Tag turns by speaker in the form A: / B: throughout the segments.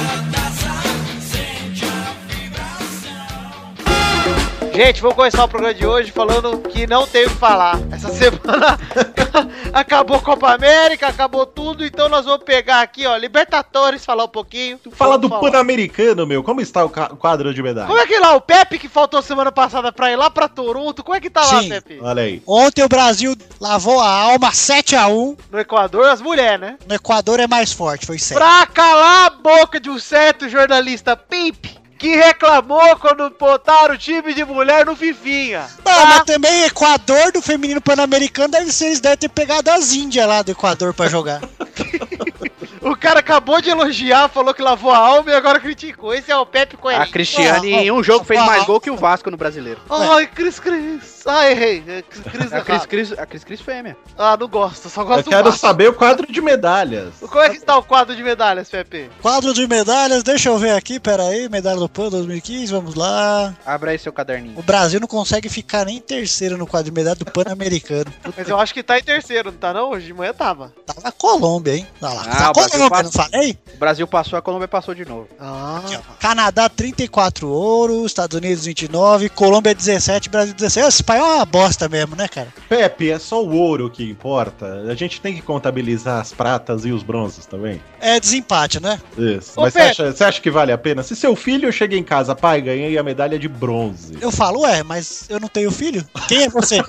A: Gente, vamos começar o programa de hoje falando que não tem o que falar. Essa semana acabou Copa América, acabou tudo, então nós vamos pegar aqui, ó, Libertadores, falar um pouquinho.
B: Fala
A: Vamos
B: do
A: falar.
B: Pan-Americano, meu, como está o ca- quadro de medalha?
A: Como é que lá, o Pepe que faltou semana passada pra ir lá pra Toronto, como é que tá
C: Sim.
A: lá, Pepe?
B: Olha aí.
C: Ontem o Brasil lavou a alma 7x1,
A: No Equador, as mulheres, né?
C: no Equador é mais forte, foi 7.
A: Pra calar a boca de um certo jornalista pimp que reclamou quando botaram o time de mulher no Fifinha.
C: Ah,
A: tá?
C: mas também Equador do feminino pan-americano deve ser, eles devem ter pegado as Índias lá do Equador pra jogar.
A: O cara acabou de elogiar, falou que lavou a alma e agora criticou. Esse é o Pepe Coelho.
D: A Cristiane em um jogo fez mais gol que o Vasco no brasileiro.
A: Ai, Cris Cris. Ai, errei. É Cris Cris
D: A Ah, Cris
A: errado.
D: Cris, a Cris, Cris fêmea.
A: Ah, não gosto. Só
E: Tá
B: Eu
A: gosto do
B: quero
A: Vasco.
B: saber o quadro de medalhas.
A: Como é que está o quadro de medalhas, Pepe?
C: Quadro de medalhas, deixa eu ver aqui, peraí, medalha do PAN 2015, vamos lá.
D: Abra aí seu caderninho.
C: O Brasil não consegue ficar nem terceiro no quadro de medalha do pan-americano.
A: Mas eu acho que tá em terceiro, não tá não? Hoje de manhã tava.
C: Tá na Colômbia, hein? Tá lá,
D: Ah,
C: tá na Colômbia,
D: o Brasil passa.
C: não falei?
D: O Brasil passou, a Colômbia passou de novo.
A: Ah.
C: Aqui, ó. Canadá 34 ouro, Estados Unidos 29, Colômbia 17, Brasil 16. Esse país é uma bosta mesmo, né, cara?
B: Pepe, é só o ouro que importa. A gente tem que contabilizar as pratas e os bronzes também.
C: É desempate, né?
B: Isso.
A: Ô,
B: Mas você
A: Pepe.
B: acha, você acha que vale a pena? Se seu filho chega em casa, pai, ganhei a medalha de bronze.
C: Eu falo, ué, mas eu não tenho filho? Quem é você?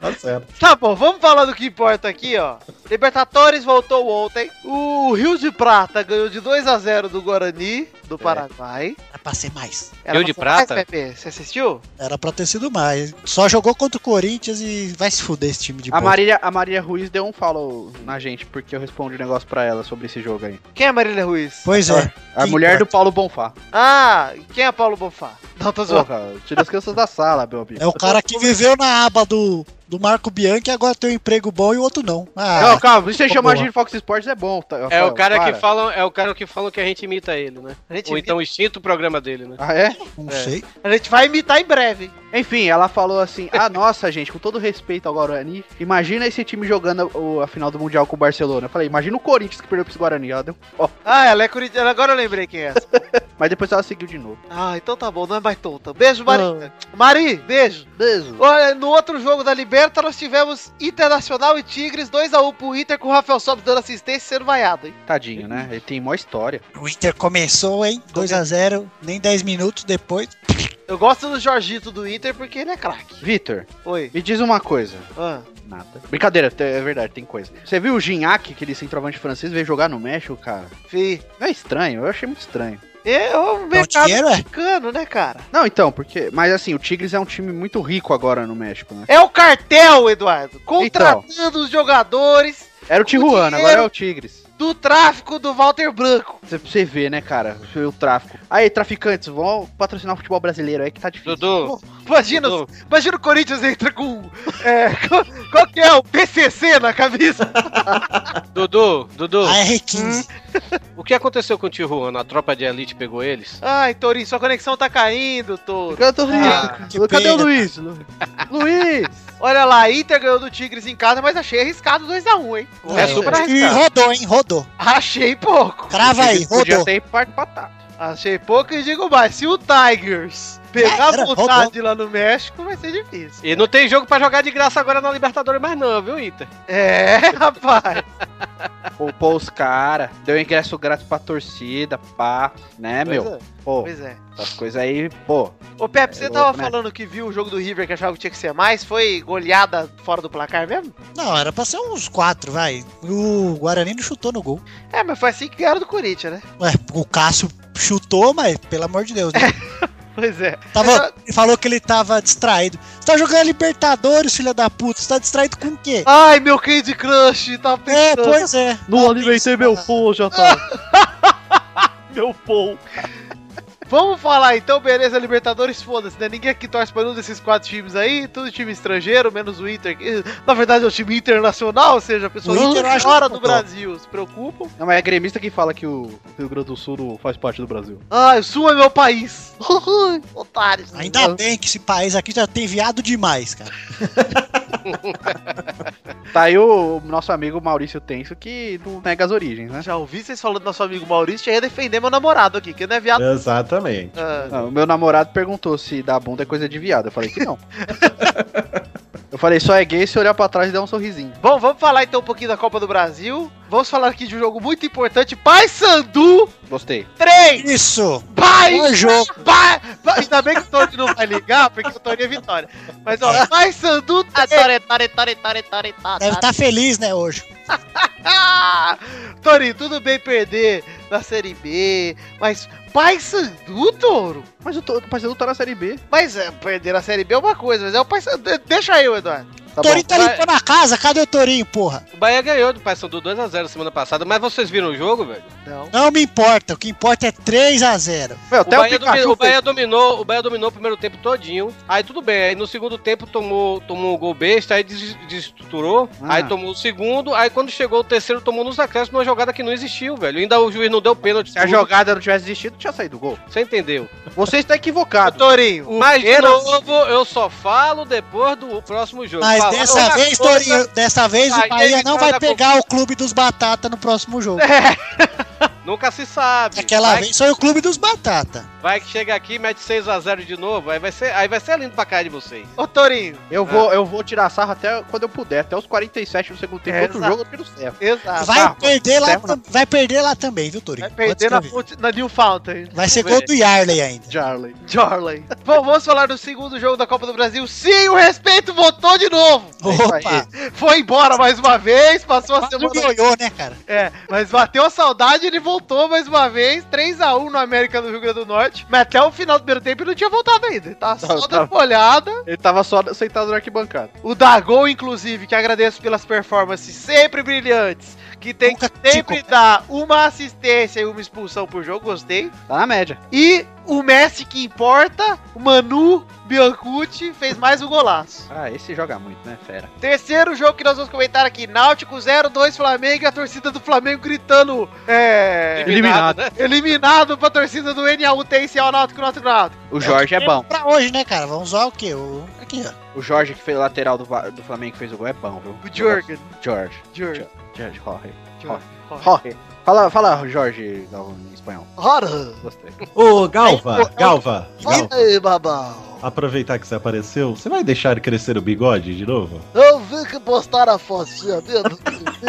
B: Tá certo.
A: Tá bom, vamos falar do que importa aqui, ó. Libertadores voltou ontem. O Rio de Prata ganhou de 2 a 0 do Guarani,
D: É,
A: do Paraguai.
C: Era pra ser mais.
A: Era
F: Rio de
A: pra ser
F: Prata?
A: mais, Pepe, você assistiu?
C: Era pra ter sido mais. Só jogou contra o Corinthians e vai se fuder esse time de
D: A
C: bosta.
D: Marília, a Marília Ruiz deu um follow na gente, porque eu respondi um negócio pra ela sobre esse jogo aí.
A: Quem é Marília Ruiz?
C: Pois é.
D: A
C: Que
D: mulher
C: importa.
D: do Paulo Bonfá.
A: Ah, quem é Paulo Bonfá? Não, tô zoando.
D: Porra, tira as crianças da sala, meu amigo.
C: É o cara que viveu na aba do, do Marco Bianchi e agora tem um emprego bom e o outro não. Ah,
D: Não, calma, isso aí chamar a
C: boa.
D: gente de Fox Sports é bom. Tá,
F: É
D: Rafael,
F: o cara
D: para.
F: que falam, é o cara que falam que a gente imita ele, né?
A: A gente,
F: Ou então extinto o programa dele, né?
D: Ah, é?
C: não
A: é.
C: sei.
A: a gente vai imitar em breve.
D: Enfim, ela falou assim: Ah, nossa, gente, com todo respeito ao Guarani, imagina esse time jogando o- a final do Mundial com o Barcelona. Eu falei, imagina o Corinthians que perdeu pro Guarani. Ela deu. Ó,
A: Ah, ela é corintiana. Agora eu lembrei quem é essa.
D: mas depois ela seguiu de novo.
A: Ah, então tá bom, não é mais tonta. Beijo, Mari. Mari, beijo.
D: Beijo.
A: Olha, no outro jogo da Liberta, nós tivemos Internacional e Tigres 2x1 pro Inter com o Rafael Sobis dando assistência e sendo vaiado, hein?
D: Tadinho, né? Ele tem mó história.
C: O Inter começou, hein? 2x0, nem 10 minutos depois.
A: Eu gosto do Jorgito do Inter porque ele é craque.
D: Vitor,
A: Oi.
D: me diz uma coisa.
A: Ah,
D: Nada. Brincadeira, te- é verdade, tem coisa. Você viu o Gignac, aquele centroavante francês, veio jogar no México, cara?
A: fi.
D: Não é estranho, eu achei muito estranho.
A: É o
C: Dá um
A: mercado
C: dinheiro, é?
A: mexicano, né, cara?
D: Não, então, porque. Mas assim, o Tigres é um time muito rico agora no México, né?
A: É o cartel, Eduardo. Contratando
C: Então.
A: os jogadores
D: Era o
A: Com
D: Tijuana,
A: dinheiro.
D: agora é o Tigres.
A: do tráfico do Walter Branco.
D: Você- Você vê, né, cara? Você vê o tráfico. Aí, traficantes, vão patrocinar o futebol brasileiro aí que tá difícil.
F: Dudu,
E: Imagina,
A: Ô.
E: imagina o Corinthians entra com. é, qual, qual que é? O PCC na camisa?
A: Dudu, Dudu,
C: A R15.
E: Ah.
A: o que aconteceu com o Tijuana? A tropa de elite pegou eles?
E: Ai, Torinho, sua conexão tá caindo, Toro.
D: Cadê o Luiz?
C: que
D: Cadê o
C: pena.
D: Luiz? Lu- Luiz!
E: Olha lá, Inter ganhou do Tigres em casa, mas achei arriscado 2x1, hein?
A: É super
C: e
A: arriscado.
C: rodou, hein? Rodou.
E: Achei pouco.
C: Crava aí,
D: Ele Podia
C: rodou.
D: ter parte batata.
E: Achei pouco e digo mais. Se o Tigers pegar
C: É, era,
E: vontade lá no México, vai ser difícil.
A: E não tem jogo pra jogar de graça agora na Libertadores mais não, viu, Inter?
E: É, rapaz.
D: Poupou os caras, deu ingresso grátis pra torcida, pá, né,
A: Pois
D: meu?
A: é.
D: Pô,
E: Pois é.
D: essas coisas aí, pô.
E: Ô, Pepe, você
D: É
E: tava
D: louco, né?
E: falando que viu o jogo do River que achava que tinha que ser mais. Foi goleada fora do placar mesmo?
C: Não, era pra ser uns quatro, vai. O Guarani não chutou no gol.
E: É, mas foi assim que ganharam do Corinthians, né?
C: Ué, o Cássio chutou, mas pelo amor de Deus, né?
E: Pois é.
C: Tava, ele falou que ele tava distraído. Você tá jogando Libertadores, filha da puta. Você tá distraído com o quê?
E: Ai, meu Candy Crush, tá
C: É,
E: pensando.
C: pois é.
G: Não alimentei meu pão, já tá. meu pão.
E: Vamos falar então, beleza, Libertadores, foda-se, né? Ninguém aqui torce pra nenhum desses quatro times aí, tudo time estrangeiro, menos o Inter. que, Na verdade é um time internacional, ou seja, pessoas
C: O Inter eu acho que
E: fora do
C: não.
E: Brasil se preocupam.
D: Não, mas é gremista que fala que o.
G: Rio Grande do Sul não faz parte do Brasil.
E: Ai, o Sul é meu país. Otários.
C: Ainda bem que esse país aqui já tem viado demais, cara.
D: Tá aí o nosso amigo Maurício Tenso que não nega as origens, né?
E: Já ouvi vocês falando do nosso amigo Maurício, já ia defender meu namorado aqui, que não é viado.
C: É.
B: Exatamente.
E: Ah,
D: Não, o meu namorado perguntou se dar bunda é coisa de viado. Eu falei que não. eu falei, só é gay se olhar pra trás e dar um sorrisinho.
E: Bom, vamos falar então um pouquinho da Copa do Brasil. Vamos falar aqui de um jogo muito importante. Paysandu
D: Gostei.
E: 3!
C: Isso!
E: Pai!
C: Bom jogo!
E: Pai! Pai! Ainda bem que o Tony não vai ligar, porque o Tony é vitória. Mas ó, Paysandu 3!
C: Deve estar feliz, né, hoje.
E: Ah! Torinho, tudo bem perder na Série B, mas Paysandu, Toro?
D: Mas o to- o Paysandu tá na Série B.
E: Mas é, perder na Série B é uma coisa, mas é o Paysandu. Deixa eu, Eduardo.
D: Tá bom.
C: Torinho tá limpando a casa. Cadê o Torinho, porra?
A: O Bahia ganhou do Paysandu 2x0 semana passada, mas vocês viram o jogo, velho?
E: Não.
C: Não me importa. O que importa é 3 a 0
D: Meu,
A: O
D: até o
A: Bahia, domi-
D: Pikachu
A: o Bahia dominou, o Bahia dominou o primeiro tempo todinho. Aí tudo bem, aí no segundo tempo tomou, tomou um gol besta, aí des- desestruturou,
D: Ah.
A: aí tomou o segundo, aí quando chegou o terceiro tomou nos acréscimos uma jogada que não existiu, velho. Ainda o juiz não deu pênalti.
D: Se a
A: tudo.
D: jogada não tivesse existido, tinha saído o gol.
A: Você entendeu?
D: Você está
E: Ô,
D: equivocado.
E: Torinho, o
A: Mas de
E: Palmeiras-
A: novo, eu só falo depois do próximo jogo.
C: Mas
A: Falar
C: dessa
A: outra
C: vez,
A: coisa-
C: Torinho, dessa vez
A: Bahia
C: o Bahia não
A: ele
C: vai
A: tá na
C: pegar o clube dos batata no próximo jogo.
E: É,
A: Nunca se sabe.
C: Aquela
A: vai,
C: vez foi o clube dos batata.
A: vai que chega aqui, mete 6x0 de novo, aí vai ser, aí vai ser lindo pra cara de vocês.
E: Ô, Torinho.
D: Eu vou, eu vou tirar sarro até quando eu puder, até os 47 do segundo tempo.
E: É,
D: outro
E: exato.
D: jogo eu tiro certo.
E: Exato.
C: Vai
D: tá,
C: perder lá,
D: certo, não.
C: tam- vai perder lá também, viu, Torinho?
E: Ah, Vai perder
C: Pode
E: na,
C: escrever.
E: ponte- na Newfoundland.
C: Vai ser gol do Yarley ainda.
D: Jarley.
E: Jorley. Bom, vamos falar do segundo jogo da Copa do Brasil. Sim, o respeito votou de novo.
C: É Opa!
E: Foi embora mais É uma vez, passou a
C: Quase
E: semana.
C: ganhou, né, cara?
E: É, mas bateu a saudade, ele voltou mais uma vez. 3x1 no América do Rio Grande do Norte. Mas até o final do primeiro tempo ele não tinha voltado ainda. Tá só
D: Não,
E: dando
D: tá.
E: uma olhada.
D: Ele tava só sentado na arquibancada.
E: O Dagol, inclusive, que agradeço pelas performances sempre brilhantes. Que tem
C: Nunca
E: que sempre dar uma assistência e uma expulsão por jogo, gostei.
D: Tá na média.
E: E o Messi que importa, o Manu Biancucci fez mais um golaço.
D: Ah, esse joga muito, né, fera?
E: Terceiro jogo que nós vamos comentar aqui, Náutico 0-2 Flamengo e a torcida do Flamengo gritando é,
G: Eliminado.
A: né?
E: eliminado pra torcida do NAU TCL Náutico Náutico Náutico.
D: O Jorge é bom.
C: Pra hoje, né, cara? Vamos zoar o quê? O... Aqui, ó.
D: O Jorge que fez o lateral do, Va- do Flamengo que fez o gol é bom, viu?
E: O Jorgen,
D: Jorge.
E: Jorgen,
D: Jorge Jorge.
E: Jorge.
D: Jorge. Fala, fala Jorge Galvão, em espanhol.
H: Ora!
D: Gostei.
B: Ô, Galva, Galva,
H: Olha
B: Galva.
H: aí, babão!
B: Aproveitar que você apareceu, você vai deixar crescer o bigode de novo?
H: Eu vi que postaram a fotinha minha do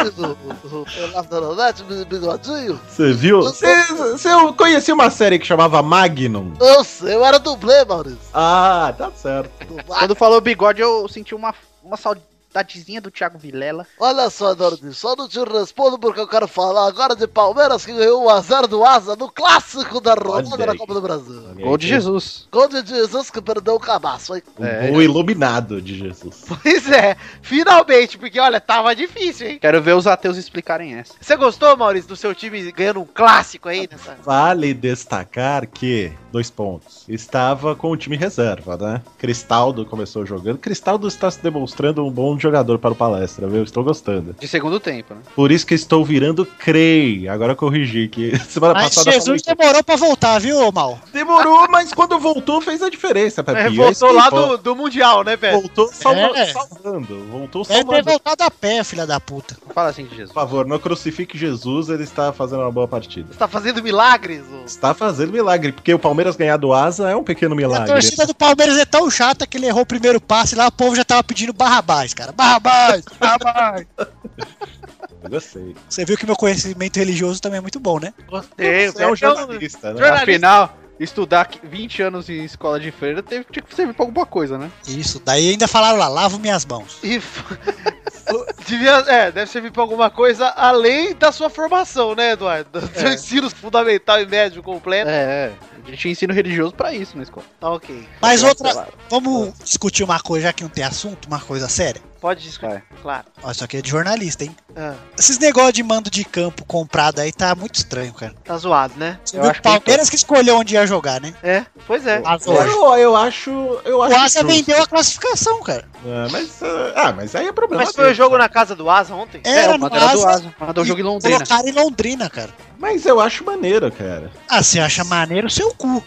H: menino pela internet, menino bigodinho.
B: Você viu? Você, você- eu conheci uma série que chamava Magnum.
H: Eu sei, eu era dublê, Maurício.
B: Ah, tá certo.
H: Do Vasco.
D: Quando falou bigode, eu senti uma, uma saudadezinha do Thiago Vilela.
H: Olha só, Eduardo, só não te respondo porque eu quero falar agora de Palmeiras que ganhou 1x0 do Asa no clássico da rodada
B: Olha
H: da
B: aí.
H: Copa do Brasil.
D: Gol de Jesus.
H: Gol de Jesus que perdeu o cabaço, hein?
B: O gol iluminado de Jesus.
E: Pois é, finalmente, porque olha, tava difícil, hein?
D: Quero ver os ateus explicarem essa.
E: Você gostou, Maurício, do seu time ganhando um clássico aí nessa?
B: Vale destacar que dois pontos. Estava com o time reserva, né? Cristaldo começou jogando. Cristaldo está se demonstrando um bom jogador para o palestra, viu? Estou gostando.
D: De segundo tempo, né?
B: Por isso que estou virando Crei. Agora eu corrigi que semana
C: Mas
B: passada. eu
C: Jesus é
B: falei
C: demorou pra voltar, viu, ô Mal?
B: que demorou, mas quando voltou fez a diferença, Pepinho.
E: É,
B: É isso
E: voltou
B: que
E: lá
B: importa.
E: do, do Mundial, né, velho?
B: Voltou salva-
C: É.
B: salvando. Voltou
C: Deve
B: salvando.
C: ter voltado a pé, filha da puta.
D: Não fala assim de Jesus.
B: Por favor, não crucifique Jesus, ele está fazendo uma boa partida.
E: Você tá fazendo milagres? ô?
B: Está fazendo milagre, porque o Palmeiras ganhar do Asa é um pequeno
C: A
B: milagre.
C: torcida do Palmeiras é tão chata que ele errou o primeiro passe lá, o povo já tava pedindo Barrabás, cara. Barrabás, Barrabás.
B: Eu gostei.
C: Você viu que meu conhecimento religioso também é muito bom, né?
E: Gostei,
B: Você é
E: velho.
B: um jornalista, né?
E: Jornalista.
D: Afinal, estudar 20 anos em escola de freira teve, tinha que servir pra alguma coisa, né?
C: Isso. Daí ainda falaram lá, lavo minhas mãos.
E: E f- devia, é, deve servir pra alguma coisa além da sua formação, né, Eduardo?
H: É.
E: Do seu ensino fundamental e médio completo.
D: É, é. A gente tinha ensino religioso pra isso na escola.
E: Tá ok.
C: Mas
D: Eu
C: outra.
D: sei lá.
C: Vamos discutir uma coisa, já que não tem assunto, uma coisa séria.
E: Pode discutir, claro.
C: Ó, isso aqui é de jornalista, hein?
E: Ah,
C: Esses negócios de mando de campo comprado aí tá muito estranho, cara.
E: tá zoado, né?
C: Você
D: Eu
C: viu
D: acho
C: o Palmeiras que escolheu onde ia jogar, né?
E: É, pois é.
C: As lojas.
B: Eu, eu acho. Eu
C: O
B: acho
C: Asa
B: justo.
C: vendeu a classificação, cara.
B: Ah, mas, ah, ah, mas aí é problema.
E: Mas foi o
B: dele.
E: jogo na casa do Asa ontem?
C: Era
D: É,
C: no
D: o Madeira do
C: Asa,
D: Asa. Mandou o jogo em Londrina.
C: Colocaram em Londrina, cara.
B: Mas eu acho maneiro, cara.
C: Ah, você acha maneiro seu cu.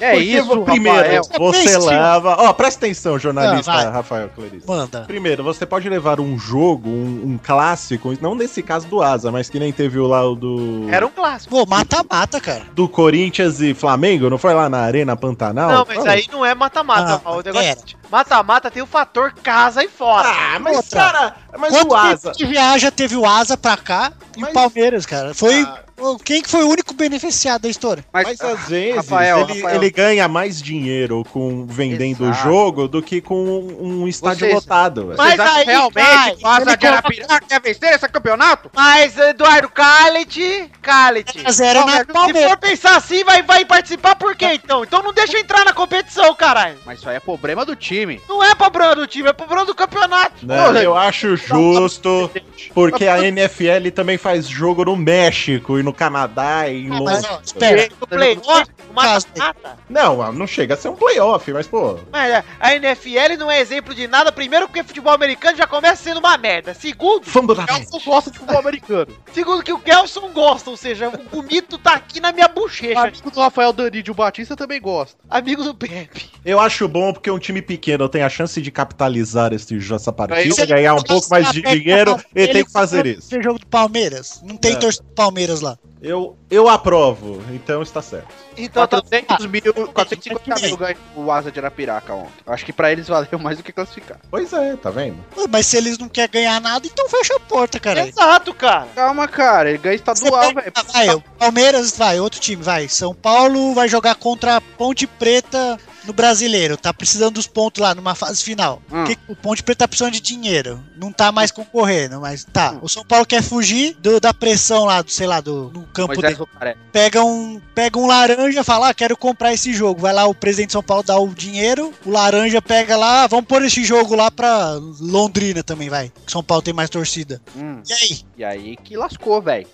D: É
B: Porque
D: isso,
B: vo- primeiro,
D: Rafael.
B: você
C: Pensa,
B: lava. Ó, presta atenção,
C: Ah,
B: jornalista
C: É vai.
B: Rafael Clarice.
C: Manda.
B: Primeiro, você pode levar um jogo, um, um clássico, não nesse caso do Asa, mas que nem teve o lá o do.
E: Era um clássico.
C: Pô, mata-mata, cara.
B: do Corinthians e Flamengo, não foi lá na Arena Pantanal?
E: Não, mas
B: Não.
E: aí não é mata-mata.
C: Ah,
E: o negócio
C: era.
E: é mata-mata tem o fator casa e fora.
B: Ah, mas
C: Outra.
B: cara, mas
C: Quanto
B: o
C: tempo
B: Asa.
C: que viaja teve o Asa pra cá e o
B: Mas-
C: Palmeiras, cara? Foi.
B: Ah,
C: Ô, Quem que foi o único beneficiado da história?
B: mas
D: ah,
B: às vezes
D: Rafael,
B: ele,
D: Rafael.
B: ele ganha mais dinheiro com vendendo o
D: Exato.
B: jogo do que com um estádio
D: Vocês-
B: lotado. velho.
E: Mas
D: Vocês acham
E: aí,
D: realmente
E: vai,
D: que o Asa
C: ele
D: de Arapiraca quer vencer esse campeonato?
E: Mas, Eduardo, cale-te, cale-te.
C: Mas era É, na
E: Se
C: Palmeiras.
E: for pensar assim, vai, vai participar por quê, então? Então não deixa entrar na competição, caralho.
D: Mas isso aí é problema do time.
E: Não é problema do time, é problema do campeonato.
B: Não, Né? eu acho justo, porque a NFL também faz jogo no México e no Canadá e em
C: Ah,
B: Londres.
C: mas, ó, espera.
E: O playoff, o
C: Caso-
E: mata-mata.
B: Não, não chega a ser um playoff, mas pô,
E: Mas é, a NFL não é exemplo de nada. Primeiro, porque futebol americano já começa sendo uma merda. Segundo,
B: fumble
C: É
B: da
C: um
B: net.
D: Não gosta de futebol americano.
E: segundo que o Gelson gosta, ou seja, o, o mito tá aqui na minha
D: O
E: bochecha.
D: amigo do Rafael Danídio Batista também gosta.
E: Amigo do Pepe.
B: Eu acho bom porque um time pequeno tem a chance de capitalizar esse, essa
D: Aí
B: partida,
D: você-
B: ganhar um pouco mais de dinheiro e tem que fazer isso.
C: Esse jogo do Palmeiras. Não tem
B: É.
C: torcida do Palmeiras lá.
B: Eu, eu aprovo, então está certo.
E: Então, tá,
D: 400 mil, 450
C: Mas
D: mil ganhou o Asa de Arapiraca ontem. Eu Acho que pra eles valeu mais do que classificar.
B: Pois é, tá vendo?
C: Pô, Mas se eles não querem ganhar nada, então fecha a porta, cara.
E: exato, cara.
D: Calma, cara, ele ganha
C: Você
D: estadual,
C: pega-
D: velho. Tá.
C: Ah, Vai, o Palmeiras vai, outro time, vai. São Paulo vai jogar contra a Ponte Preta no Brasileiro. Tá precisando dos pontos lá numa fase final.
D: Hum.
C: Que- o Ponte Preta tá precisando de dinheiro. Não tá mais concorrendo, mas tá. O São Paulo quer fugir do- da pressão lá, do, sei lá, do, no campo
D: Moisés
C: dele.
D: Rocaré.
C: Pega um, pega um laranja e fala, ah, quero comprar esse jogo. Vai lá, o presidente de São Paulo dá o dinheiro. O laranja pega lá, "Ah, vamos pôr esse jogo lá pra Londrina também, vai. Que São Paulo tem mais torcida.
D: Hum,
C: E aí?
D: e aí que lascou, velho.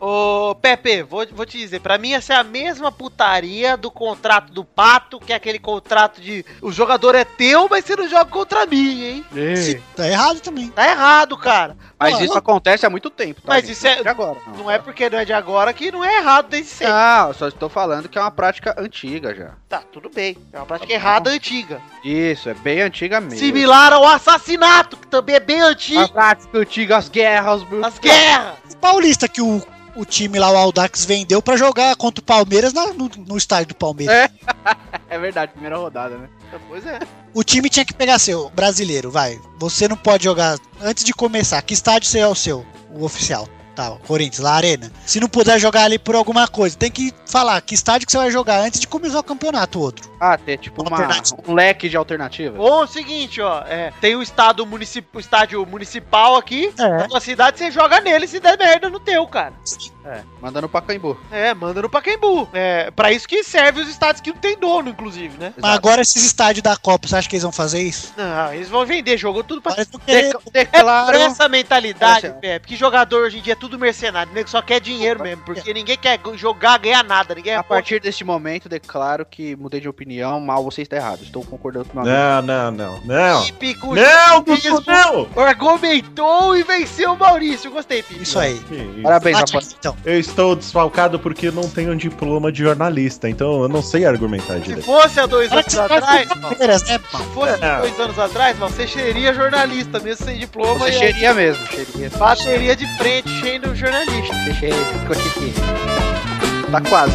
E: Ô, Pepe, vou, vou te dizer, pra mim essa é a mesma putaria do contrato do Pato, que é aquele contrato de o jogador é teu, mas você não joga contra mim, hein?
C: Se- Tá errado também.
E: Tá errado, cara.
D: Mas
C: Mano.
D: isso acontece há muito tempo, tá?
E: Mas
D: gente?
E: isso é-
D: De agora. tá.
E: Não é porque não é de agora que não é errado desde sempre.
D: Não, eu só estou falando que é uma prática antiga já.
E: Tá, tudo bem. É uma prática
D: Tá bom.
E: errada antiga.
D: Isso, é bem antiga mesmo.
E: Similar ao assassinato, que também é bem
D: A
E: antigo.
D: prática antiga, as guerras, meu.
E: As guerras.
C: O Paulista que o, o time lá, o Aldax, vendeu pra jogar contra o Palmeiras na- no, no estádio do Palmeiras.
D: É. É verdade, primeira rodada, né?
E: Pois é.
C: O time tinha que pegar seu, brasileiro, vai. Você não pode jogar antes de começar. Que estádio você é o seu? O oficial. Tá, o Corinthians, lá, Arena. Se não puder jogar ali por alguma coisa, tem que falar que estádio que você vai jogar antes de começar o campeonato, o outro.
D: Ah, tem tipo uma,
C: Alternativa.
D: um leque de alternativas.
E: Ou é o seguinte, ó, é, tem o estado municip... o estádio municipal aqui,
C: É.
E: na sua cidade, você joga nele se der merda no teu, cara.
D: Manda no Pacaembu.
E: É, manda no Pacaembu. É, pra isso que serve os estádios que não tem dono, inclusive, né?
C: Mas agora esses estádios da Copa, você acha que eles vão fazer isso?
E: Não, Ah, eles vão vender, jogou tudo pra...
C: Parece que querer,
D: Ah,
E: Pra
C: declaram.
E: essa mentalidade,
D: Poxa.
E: Pepe, que jogador hoje em dia é tudo mercenário, nego só quer dinheiro mesmo, porque ninguém quer jogar, ganhar nada, ninguém é
D: A partir deste momento, declaro que mudei de opinião, mal você está errado. Estou concordando com o meu amigo.
B: Não, não, não. Não,
E: Pico,
B: não, Guto, não!
E: argumentou e venceu o Maurício. Gostei, Pico.
C: Isso aí.
B: Que isso?
D: Parabéns,
C: Bate
D: rapaz.
C: aqui, então.
B: Eu estou desfalcado porque não tenho um diploma de jornalista, então eu não sei argumentar
E: Se
B: direito.
E: fosse há dois
C: Fala
E: anos
C: que você faz
E: atrás,
C: com
E: mano,
C: Palmeiras, né,
E: se
C: pau?
E: fosse há
D: é.
B: Não.
E: dois anos atrás, mano, você seria jornalista mesmo sem diploma
D: Você
E: e
D: cheiria mesmo, cheiria.
E: bateria de frente cheio do jornalista.
D: Você cheiria. ficou aqui. Tá quase.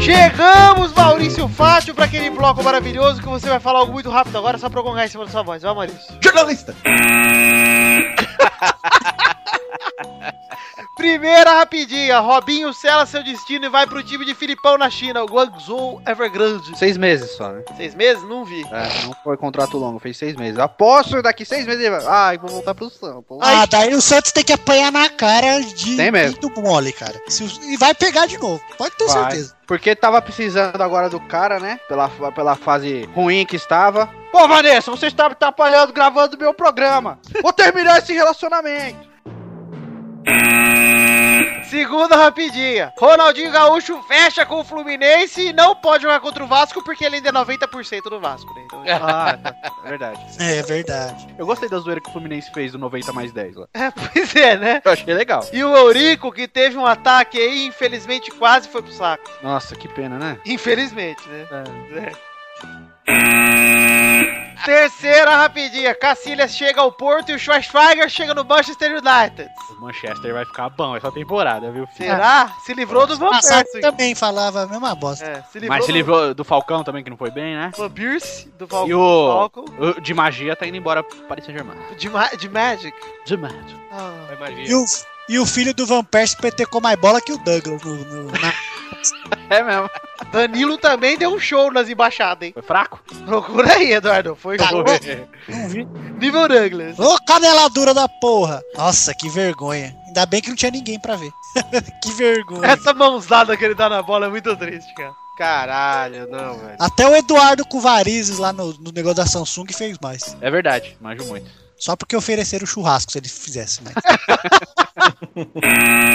E: Chegamos, Maurício Fátio, pra aquele bloco maravilhoso que você vai falar algo muito rápido agora, só pra congar em cima da sua voz. Vai, Maurício.
B: Jornalista!
E: Primeira rapidinha, Robinho sela seu destino e vai pro time de Filipão na China, o Guangzhou Evergrande.
D: Seis meses só, né?
E: Seis meses? Não vi.
D: É, não foi contrato longo, fez seis meses. Aposto daqui seis meses ele vai. Ai, vou voltar pro Sampa.
C: Ah, daí o Santos tem que apanhar na cara de
D: Tem mesmo.
C: muito mole, cara. Se os- E vai pegar de novo, pode ter
D: Vai.
C: certeza.
D: Porque tava precisando agora do cara, né? Pela, pela fase ruim que estava.
E: Pô, Vanessa,
D: Você está me atrapalhando gravando meu programa. Vou terminar esse relacionamento.
E: Segunda rapidinha. Ronaldinho Gaúcho fecha com o Fluminense e não pode jogar contra o Vasco porque ele ainda é 90% do Vasco, né? Então,
D: Ah, tá. É verdade.
C: É verdade.
D: Eu gostei da zoeira que o Fluminense fez do 90 mais 10 lá.
E: é, pois é, né?
D: Eu achei legal.
E: E o Eurico, que teve um ataque aí, infelizmente quase foi pro saco.
D: Nossa, que pena, né?
E: Infelizmente, né? É. Terceira rapidinha. Cacilhas chega ao Porto e o Schweinsteiger chega no Manchester United.
G: O Manchester vai ficar bom essa temporada, viu, filho?
E: Será? Se livrou do Van
C: Passado
E: Persie.
C: Ah, também falava a mesma bosta.
E: É, se livrou
G: Mas se
E: do
G: livrou do Falcão também, que não foi bem, né?
E: Van Persie, do Val-
G: E o-
E: Falcon,
G: O de magia tá indo embora pro Paris Saint-Germain.
E: de, Ma- de Magic.
G: De magia.
E: Ah.
D: É.
C: E, o, e o filho do Van Persie petecou mais bola que o Douglas. No, no- na-
G: É mesmo.
E: Danilo também deu um show nas embaixadas, hein?
G: Foi fraco?
E: Procura aí, Eduardo. Foi show.
C: não vi.
E: Nível Douglas.
C: Ô, caneladura da porra! Nossa, que vergonha. Ainda bem que não tinha ninguém pra ver. que
D: É,
C: vergonha.
E: Essa mãozada que ele dá na bola é muito triste, cara.
A: Caralho, não, velho.
C: Até o Eduardo com varizes lá no, no negócio da Samsung fez mais.
G: É verdade, manjo muito.
C: Só porque ofereceram churrasco se ele fizesse, né?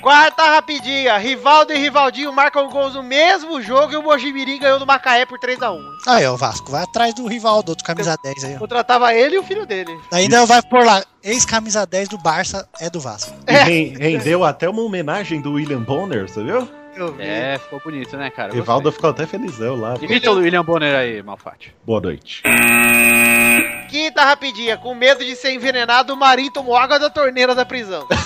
E: Quarta rapidinha. Rivaldo e Rivaldinho marcam gols no mesmo jogo e o Mojimirim ganhou do Macaé por 3x1.
C: Aí, ó, Vasco, vai atrás do rival do outro camisa 10 aí, ó.
E: Contratava ele e o filho dele.
C: Ainda vai por lá. Ex-camisa 10 do Barça é do Vasco.
B: E ren- rendeu até uma homenagem do William Bonner, você viu?
E: Eu vi.
G: É, ficou bonito, né, cara?
B: Rivaldo ficou até felizão lá.
G: Gostei. Imita o William Bonner aí, Malfatti.
B: Boa noite.
E: Quinta rapidinha. Com medo de ser envenenado, o Marinho tomou água da torneira da prisão.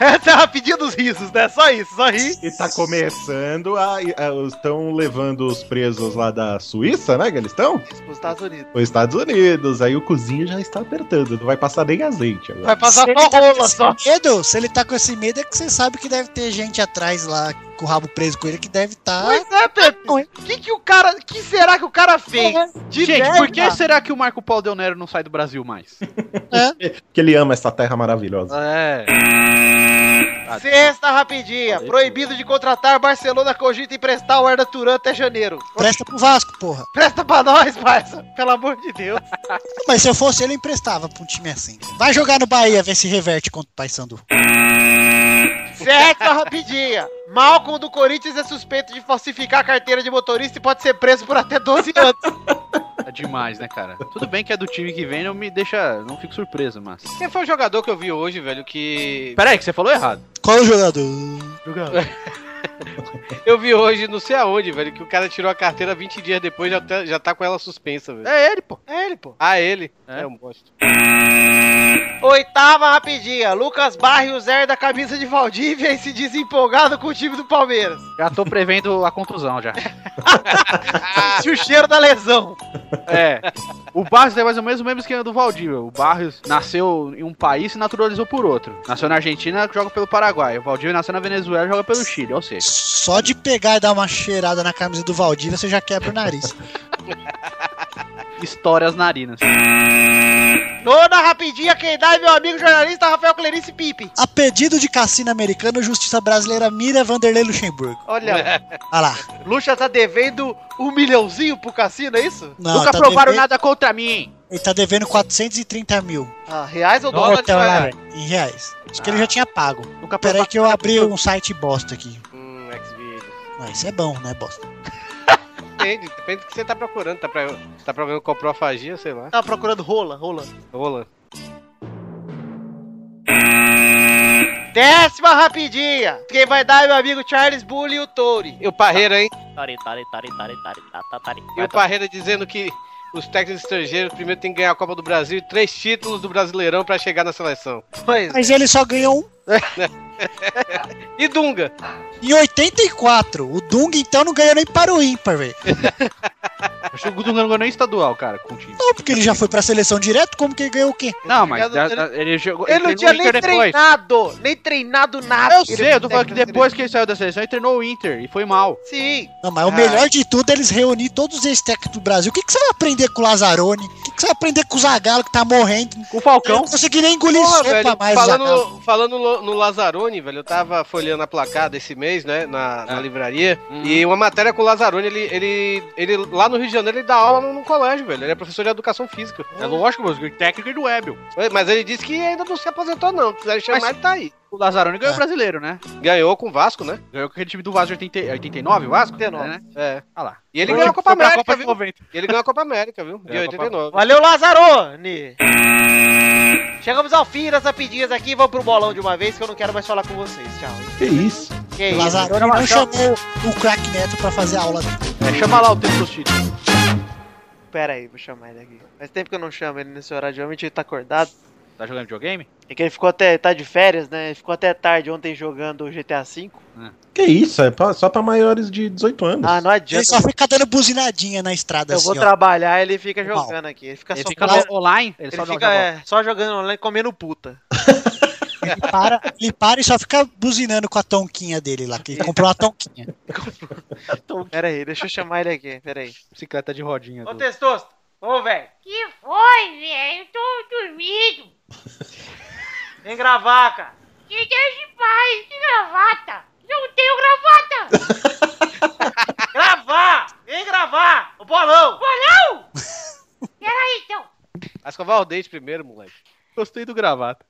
E: Essa é a rapidinha dos risos, né? Só isso, só rir.
B: E tá começando a. a- Estão levando os presos lá da Suíça, né? Que eles estão?
E: Os Estados Unidos.
B: Os Estados Unidos. Aí o cozinho já está apertando. Não vai passar nem azeite agora.
E: Vai passar
C: Se ele
E: só
C: tá com
E: rola
C: esse
E: só.
C: Medo, se ele tá com esse medo é que você sabe que deve ter gente atrás lá com o rabo preso com ele que deve tá.
E: Pois é, Pepe.
C: Oi.
E: O que, que o cara. O que será que o cara fez? De
G: Gente,
E: merda?
G: por que será que o Marco Paulo Del Nero não sai do Brasil mais?
B: Porque ele ama essa terra maravilhosa.
G: É.
D: Ah,
G: Ah,
E: Sexta rapidinha. Proibido de contratar Barcelona cogita emprestar o Herda Turan até janeiro.
C: Presta pro Vasco, porra.
E: Presta pra nós, Barça. Pelo amor de Deus.
C: Mas se eu fosse ele, eu emprestava pra um time assim. Vai jogar no Bahia, ver se reverte contra o Paysandu.
E: Sétima rapidinha. Malcolm do Corinthians é suspeito de falsificar a carteira de motorista e pode ser preso por até 12 anos.
G: É demais, né, cara? Tudo bem que é do time que vem, não me deixa. Não fico surpreso, mas.
A: Quem foi o jogador que eu vi hoje, velho, que...
C: é
G: Pera aí, que você falou errado.
C: Qual o jogador?
A: Eu vi hoje, não sei aonde, velho, que o cara tirou a carteira 20 dias depois já tá, já tá com ela suspensa, velho.
E: É ele, pô. É ele, pô.
A: Ah, ele? É, um bosta.
E: Oitava rapidinha. Lucas Barrios herda a camisa de Valdívia e se diz empolgado com o time do Palmeiras.
D: Já tô prevendo a contusão já.
E: Sente o cheiro da lesão.
D: É. O Barrios é mais ou menos o mesmo esquema do Valdívia. O Barrios nasceu em um país e naturalizou por outro. Nasceu na Argentina, joga pelo Paraguai. O Valdívia nasceu na Venezuela, joga pelo Chile, ou seja.
C: Só de pegar e dar uma cheirada na camisa do Valdívia, você já quebra o nariz.
D: Estoura as narinas.
E: Nona rapidinha, quem dá é meu amigo jornalista Rafael Clarice Pipe.
C: A pedido de cassino americano, Justiça Brasileira mira Vanderlei Luxemburgo.
E: Olha,
C: Ah lá.
E: Lucha tá devendo um milhãozinho pro cassino, é isso?
C: Não,
D: Nunca
C: tá
D: provaram
C: devendo-
D: nada contra mim.
C: Ele tá devendo 430 mil
E: Ah, reais ou
A: Nossa,
E: dólares?
C: hotel lá,
E: cara?
C: velho, em reais. é Acho que ele já tinha pago.
D: Nunca
C: Peraí
D: provaram.
C: que eu abri um site bosta aqui.
A: Hum, Xvideos.
C: Ah, isso é bom, né, bosta?
A: Depende, depende do que você tá procurando. Tá, pra, tá procurando coprofagia, sei lá. Tá
E: Tava procurando rola, rola.
A: Rola.
E: Décima rapidinha. Quem vai dar é meu amigo Charles Bully e o Touri.
A: E o Parreira, hein?
G: Tari, tari, tari, tari, tari, tá, tá, tari.
A: E o Parreira dizendo que os técnicos estrangeiros primeiro tem que ganhar a Copa do Brasil e três títulos do Brasileirão pra chegar na seleção.
E: Pois
C: Mas ele só ganhou um.
A: E Dunga?
C: Em 84, o Dung então não ganhou nem para o ímpar, velho.
D: Acho que o Gudu não ganhou nem estadual, cara, com o time.
C: Não, porque ele já foi pra seleção direto, como que ele ganhou o quê?
D: Não, mas
E: Ele-
D: da- da- ele, jogou.
E: Ele não tinha
D: treinou o
E: nem
D: Inter depois.
E: treinado, nem treinado nada.
D: Eu sei, eu tô falando que depois que ele saiu da seleção, ele treinou o Inter e foi mal.
E: Sim,
C: Não, mas o melhor de tudo é eles reunir todos esses técnicos do Brasil. O que, que você vai aprender com o Lazzaroni? O que, que você vai aprender com o Zagallo que tá morrendo?
D: Com o
C: Eu
D: Falcão,
C: não consegui nem engolir
A: Porra,
C: sopa
A: velho,
C: mais, Zagallo.
D: tá-
A: falando, falando lo- no Lazarone, velho, eu tava folheando a placada esse mês, né, na,
D: Ah.
A: na livraria,
D: Uhum.
A: e uma matéria com o Lazarone, ele, ele, ele, lá no Rio de Janeiro, ele dá aula no, no colégio, velho, ele é professor de educação física.
D: é lógico, mas o técnico é do Webel.
A: Mas ele disse que ainda não se aposentou, não, quiser chamar,
D: Mas-
A: ele tá aí.
D: O Lazzaroni ganhou o
C: É.
D: brasileiro, né?
A: Ganhou com o Vasco, né?
D: Ganhou com aquele time do Vasco de 80 89, o Vasco?
E: 89.
D: Né?
A: É.
D: Ah lá.
A: E ele
D: Foi
A: ganhou a
D: pra
A: Copa América,
D: Copa de
A: viu?
D: 90.
A: E ele ganhou a Copa América, viu? De
D: Ganhou a Copa
A: 89.
E: valeu Lazarone. Chegamos ao fim das rapidinhas aqui, vamos pro bolão de uma vez que eu não quero mais falar com vocês. Tchau.
B: Que isso?
E: Que
C: O
E: isso?
C: Lazzaroni não chamou o crack neto pra fazer aula dele.
D: É, chama lá o tempo dos títulos.
E: Pera aí, vou chamar ele aqui. Faz tempo que eu não chamo ele nesse horário de homem, ele tá acordado.
D: Tá jogando videogame?
E: É que ele ficou até. tá de férias, né? Ele ficou até tarde ontem jogando GTA V.
B: Que isso? É pra- só pra maiores de 18 anos.
E: Ah, não
C: Ele
E: adianta.
C: só fica dando buzinadinha na estrada,
E: Eu
C: assim,
E: vou
C: ó.
E: trabalhar, ele fica
C: Mal.
E: jogando aqui. Ele fica
D: Ele
E: só
D: fica
E: comendo-
D: no- online, ele,
E: ele
D: só
E: fica,
D: joga bola.
E: é, só jogando online e comendo puta.
C: Ele para, ele para e só fica buzinando com a tonquinha dele lá, que ele comprou uma tonquinha.
E: Pera aí, deixa eu chamar ele aqui, pera aí.
D: bicicleta de rodinha.
E: Ô,
D: do-
E: Testosto, ô, velho,
I: Que foi, velho? Eu tô dormido.
E: vem gravar, cara.
I: Me deixa em paz, que gravata. Não tenho gravata.
E: Gravar! Vem gravar! O bolão!
I: Peraí, então.
A: Vai escovar o dente é, primeiro, moleque.
D: Gostei do gravata.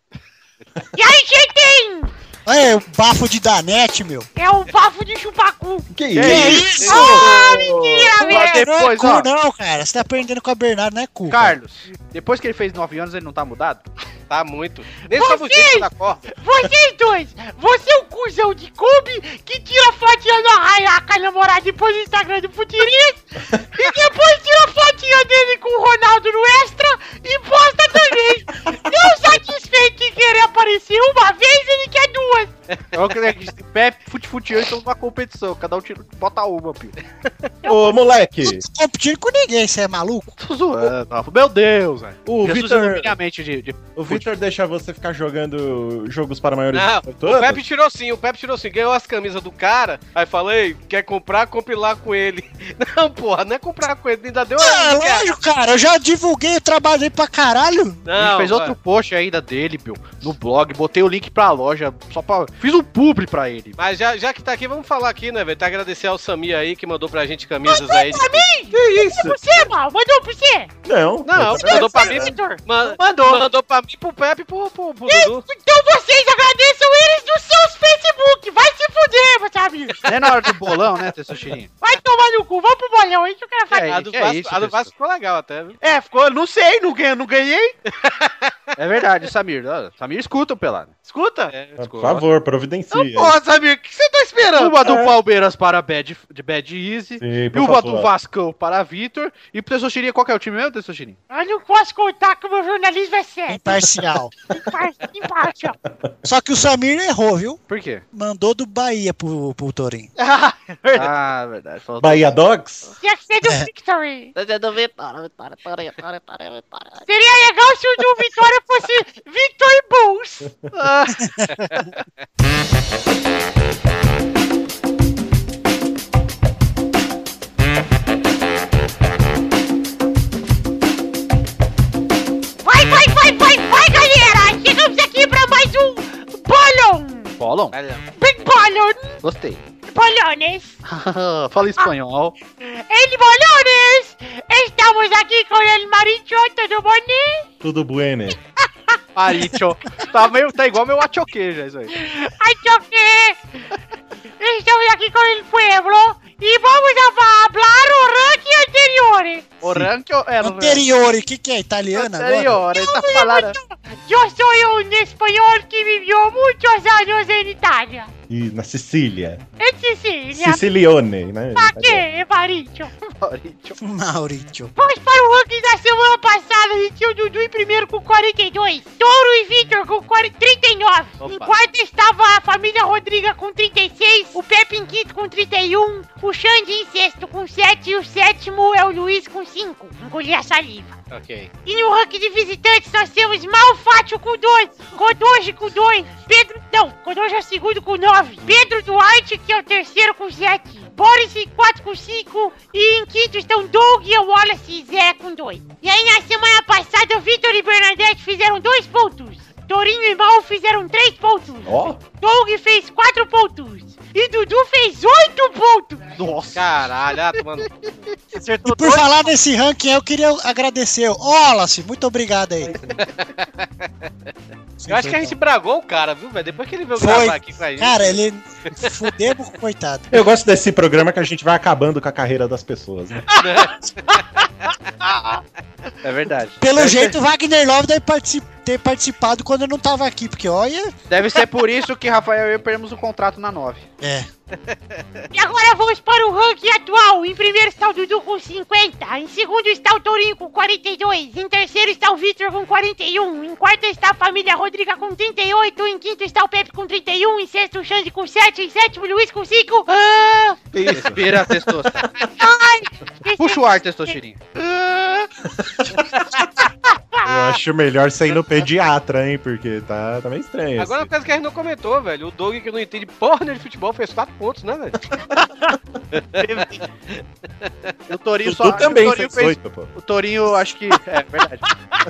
I: E aí, quem tem?
C: Olha aí, o bafo de Danete, meu.
I: É o bafo de chupacu.
C: Que
B: Que isso?
C: isso?
I: Ah, mentira,
D: Mas
I: velho.
C: Não é
D: depois, ó,
C: cu, não, cara. Você tá aprendendo com a Bernardo, não é cu. cara.
D: Carlos, depois que ele fez 9 anos, ele não tá mudado?
A: Tá muito. Nem escova o dente da corda.
I: Vocês dois. Você é o cuzão de Kombi que tira fotinha no Arraiaca namorado depois do Instagram do Futirinhas. e depois tira fotinha dele com o Ronaldo no Extra e posta também. Não satisfeito em querer aparecer uma vez, ele quer duas.
D: É o que ele disse, Pepe, fute fute eu estão numa competição, cada um tira, bota uma, pio.
B: Ô, moleque!
C: Não tô competindo com ninguém, você é maluco?
D: Tô zoando, Rafa. meu Deus, velho.
B: O
D: Jesus
B: Vitor,
D: ilumine a mente de, de-
B: o Vitor deixa você ficar jogando jogos para maiores
A: Não,
B: de 18
A: O Pepe
B: anos?
A: tirou sim, o Pepe tirou sim. Ganhou as camisas do cara, aí falei, quer comprar, compre lá com ele. Não, porra, não é comprar com ele, ainda deu
C: Ah,
A: aí, cara.
C: lógico, cara. Eu já divulguei o trabalho dele pra caralho.
D: A gente
A: Não,
D: fez outro post ainda dele, meu, no blog, botei o link pra loja, só pra... Fiz um publi pra ele.
A: Mas já, já que tá aqui, vamos falar aqui, né, velho? Tá agradecer ao Samir aí que mandou pra gente camisas aí. de-
I: mim?
B: Que isso?
I: Você, mal, mandou pra você?
B: Não.
A: Não,
B: eu-
A: mandou
D: é
A: pra mim.
I: Vitor.
A: ma-
E: Mandou.
A: Mandou pra mim, pro Pepe e pro, pro, pro Dudu.
I: Então vocês agradeçam eles nos seus Facebook. Vai se fuder, meus amigos.
D: Não é na hora do bolão, né, Tessuchirinho?
I: Vai tomar no cu. Vamos pro bolão, hein? Que eu quero
E: Ah,
I: fazer.
D: É,
A: A do
D: que é
A: Vasco,
D: isso,
A: a do
D: pessoal.
A: Vasco ficou legal até, viu?
E: É, ficou, não sei, não ganhei, não ganhei.
D: É verdade, Samir. ó, Samir escuta o pelado.
E: Escuta.
A: É,
D: Tá
B: Por favor, providencia.
E: Ô, Samir, o que você tá esperando?
D: Uma do Palmeiras para Bad, de Bad Easy.
B: É. Sim,
D: E
B: por
D: uma do
B: favor.
D: Vascão para Vitor. E pro Tessoxirinha, qual que é o time mesmo, Tessoxirinha?
I: Eu não posso contar que o meu jornalismo é sério.
C: Imparcial.
I: Impar- Imparcial.
C: Só que o Samir errou, viu?
D: Por quê?
C: Mandou do Bahia pro, pro Torinho.
D: É, Ah, verdade. Falou
B: Bahia Dogs?
I: Tinha que ser do
C: É.
I: Victory. Seria legal se o do Vitória fosse Victory
D: Ah,
I: Bulls. Vai, vai, vai, vai, vai, galera! Chegamos aqui pra mais um bolão!
D: Bolon?
I: Big bolão!
D: Gostei.
I: Bolones!
D: Fala espanhol.
I: El Bolones! Estamos aquí con el maricho, ¿todo boni?
B: Tudo bueno.
D: Paricho. Tá, meio, tá igual meu achoque já isso aí.
I: ¡Ay, choque! Estamos aquí con el pueblo y vamos a hablar orange anteriores.
D: O rank ou é
C: Anterior, o que, que é? Italiana agora?
D: Anterior, ele tá falando.
I: Yo soy un español que vivió muchos años en Italia.
B: E na Sicília.
I: En Sicilia.
B: Sicilione, né?
I: ¿Para qué, maricho?
D: Paricho.
C: Maurício.
I: Vamos para o ranking da semana passada. A gente tinha o Dudu em primeiro com 42. Touro e Vitor com 40 39. Em
D: Opa.
I: quarto estava a família Rodriga com 36. O Pepe em quinto com 31. O Xande em sexto com 7. E o sétimo é o Luiz com 5. Engoli a saliva.
A: Ok.
I: E no ranking de visitantes nós temos Malfátio com 2. Godoji com 2. Pedro. Não, Godoji é o segundo com 9. Pedro Duarte, que é o terceiro com 7. Boris em 4 com 5. E em quinto estão Doug, Wallace e Zé com 2. E aí na semana passada o Vitor e Bernadette fizeram 2 pontos. Torinho e Mal fizeram 3 pontos.
B: Ó,
I: Doug fez 4 pontos. E Dudu fez 8 pontos.
D: Nossa.
A: Caralho,
D: tá
A: ah, mano.
C: E por falar nesse ranking, eu queria agradecer. Olace, muito obrigado aí.
A: Eu acho que
D: tá
A: a gente bragou o cara, viu, velho? Depois que ele veio
C: Foi.
A: gravar aqui com a gente.
D: é-
C: Cara, ele. Fudemos, coitado.
B: eu gosto desse programa que a gente vai acabando com a carreira das pessoas, né?
D: É verdade.
C: Pelo
A: é-
C: jeito, o Wagner Love deve partici- ter participado quando eu não tava aqui, porque olha.
D: Deve ser por isso que Rafael e eu perdemos o contrato na 9.
C: É.
I: E agora vamos para o ranking atual. Em primeiro está o Dudu com 50. Em segundo está o Tourinho com 42. Em terceiro está o Victor com 41. Em quarto está a família Rodriga com 38. Em quinto está o Pepe com 31. Em sexto o Xande com 7. Em sétimo o Luiz com 5. Ah,
D: Respira, testou. tá.
I: ai,
D: Puxa o
I: é
D: ar, testosterinha. Ah!
B: Eu acho melhor ser no pediatra, hein? Porque tá, tá meio estranho.
A: Agora, uma coisa que a gente não comentou, velho. O Doug, que não entende porra nenhuma de futebol, fez 4 pontos, né, velho?
D: O Torinho
B: assim.
D: só.
B: Tu também
D: o Torinho
B: fez
D: fez.
B: oito, pô.
D: O Torinho, acho que. É verdade.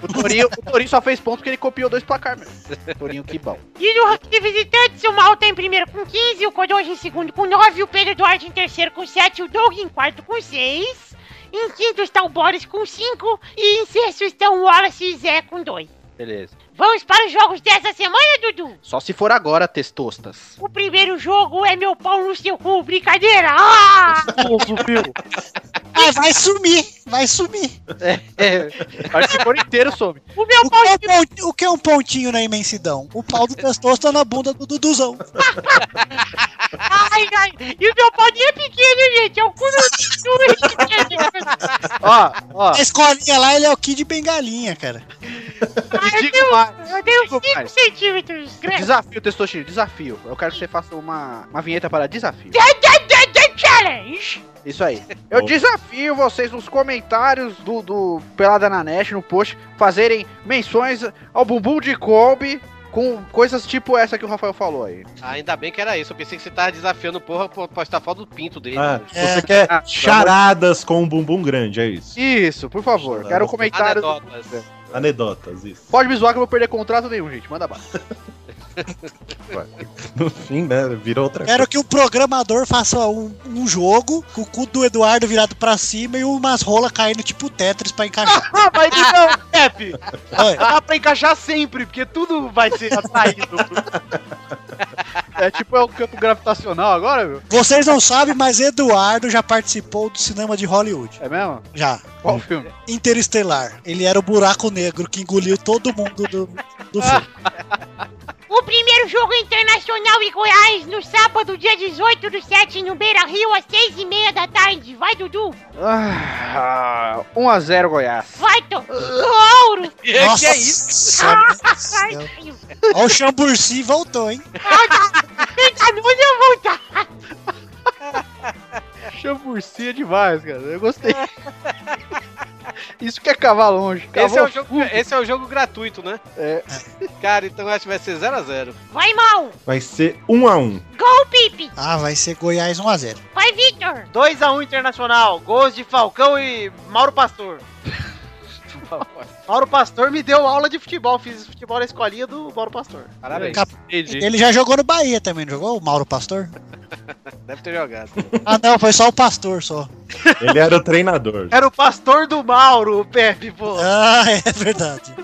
D: O Torinho, o Torinho só fez ponto porque ele copiou dois placar mesmo. Torinho, que bom.
I: E no ranking de visitantes, o Malta em primeiro com 15, o Codoji em segundo com 9, o Pedro Duarte em terceiro com 7, o Doug em quarto com 6. Em quinto está o Boris com 5 e em sexto estão o Wallace e Zé com 2.
D: Beleza.
I: Vamos para os jogos dessa semana, Dudu?
D: Só se for agora, testostas.
I: O primeiro jogo é meu pau no seu cu, brincadeira! Ah!
C: Ah, vai sumir, vai sumir.
D: É, Acho que o coro inteiro some.
I: O meu
C: O que,
I: pau
C: é um pontinho, o que é um pontinho na imensidão? O pau do testoso tá na bunda do Duduzão.
I: tá, ai, ai! E o meu pau nem é pequeno, gente, é o cu é do
D: Ó, ó.
C: A escolinha lá, ele é o Kid Bengalinha, cara.
I: Ai, eu
D: Digo
I: tenho-
D: mais.
I: Eu tenho
D: Digo
I: 5
D: mais.
I: centímetros, grande!
D: Desafio, Testoxinho, desafio. Eu quero que você faça uma, uma vinheta para desafio.
I: É Challenge!
D: Isso aí. Eu desafio vocês nos comentários do, do Pelada na Net, no post, fazerem menções ao bumbum de Kombi com coisas tipo essa que o Rafael falou aí.
A: Ah, Ainda bem que era isso. Eu pensei que você tava desafiando porra pra postar foto do pinto dele.
B: Ah,
A: Ah,
C: É.
B: você quer
D: Ah,
B: charadas com um bumbum grande, é isso.
D: Isso, por favor. Quero comentários.
A: Anedotas.
B: Anedotas, isso.
D: Pode me zoar que eu vou perder contrato nenhum, gente. Manda bala.
B: No fim, né? Virou outra
C: Quero que o programador faça um, um jogo com o cu do Eduardo virado pra cima e umas rolas caindo tipo Tetris pra encaixar.
E: Ah, mas não, Pepe.
C: Olha,
E: Dá pra encaixar sempre, porque tudo vai ser atraído.
D: É tipo é o campo gravitacional agora, viu?
C: vocês não sabem, mas Eduardo já participou do cinema de Hollywood.
D: É mesmo?
C: Já.
D: Qual o filme?
C: Interestelar. Ele era o buraco negro que engoliu todo mundo do, do filme.
I: O primeiro jogo é Internacional e Goiás no sábado, dia 18 do 7, no Beira Rio, às 6 e meia da tarde. Vai, Dudu!
D: Ah, 1x0 Goiás.
I: Vai, Tô!
D: Ah,
I: Ouro!
C: Nossa, que é isso?
I: Ai,
C: Olha
I: caiu!
C: o Chamburci voltou, hein?
I: Eita, não ia voltar!
D: Chamburcia demais, cara. Eu gostei. Isso que é cavar longe.
A: Esse é, o
D: Cavou
A: jogo,
D: fundo.
A: esse é o jogo gratuito, né?
D: É.
A: Cara, então eu acho que vai ser 0x0.
I: Vai, mal!
B: Vai ser um a um.
I: Gol, Pipe!
C: Ah, vai ser Goiás 1x0.
I: Vai, Victor!
E: 2x1 Internacional, gols de Falcão e Mauro Pastor. Mauro Pastor me deu aula de futebol, fiz futebol na escolinha do Mauro Pastor.
A: Parabéns.
C: Cap-
A: Entendi.
C: Ele já jogou no Bahia também, não jogou? O Mauro Pastor?
A: Deve ter jogado.
C: Ah, não, foi só o Pastor só.
B: Ele era o treinador.
E: Era o pastor do Mauro, o Pepe, pô.
C: Ah, é verdade.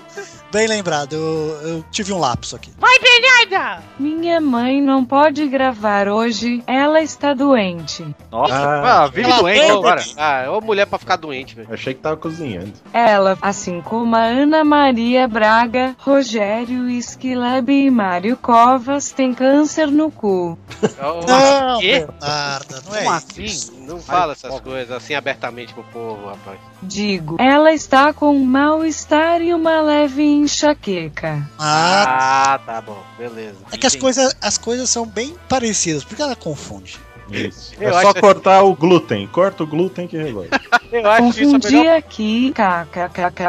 C: Bem lembrado, eu, eu tive um lapso aqui.
I: Vai, Bernarda!
J: Minha mãe não pode gravar hoje, ela está doente.
B: Ah,
D: Ah, vive doente
C: Cala a
D: agora.
A: Ah, é uma mulher pra ficar doente, velho.
B: achei que tava cozinhando.
J: Ela, assim como a Ana Maria Braga, Rogério Skileb e Mário Covas, tem câncer no cu.
A: É uma-
C: Não,
A: quê?
C: Bernarda, não é
D: Como
C: isso.
D: assim?
A: Não fala essas coisas assim abertamente pro povo, rapaz.
J: Digo, ela está com um mal-estar e uma leve enxaqueca.
C: Ah,
A: Ah, tá bom. Beleza.
C: é que as
A: Ah, Entendi.
C: coisas, as coisas são bem parecidas, porque ela confunde.
B: Isso.
A: Eu
B: é só
A: acho-
B: cortar o glúten. Corta o glúten que resolve.
A: Eu acho que isso é a
J: Confundi
A: melhor,
J: aqui,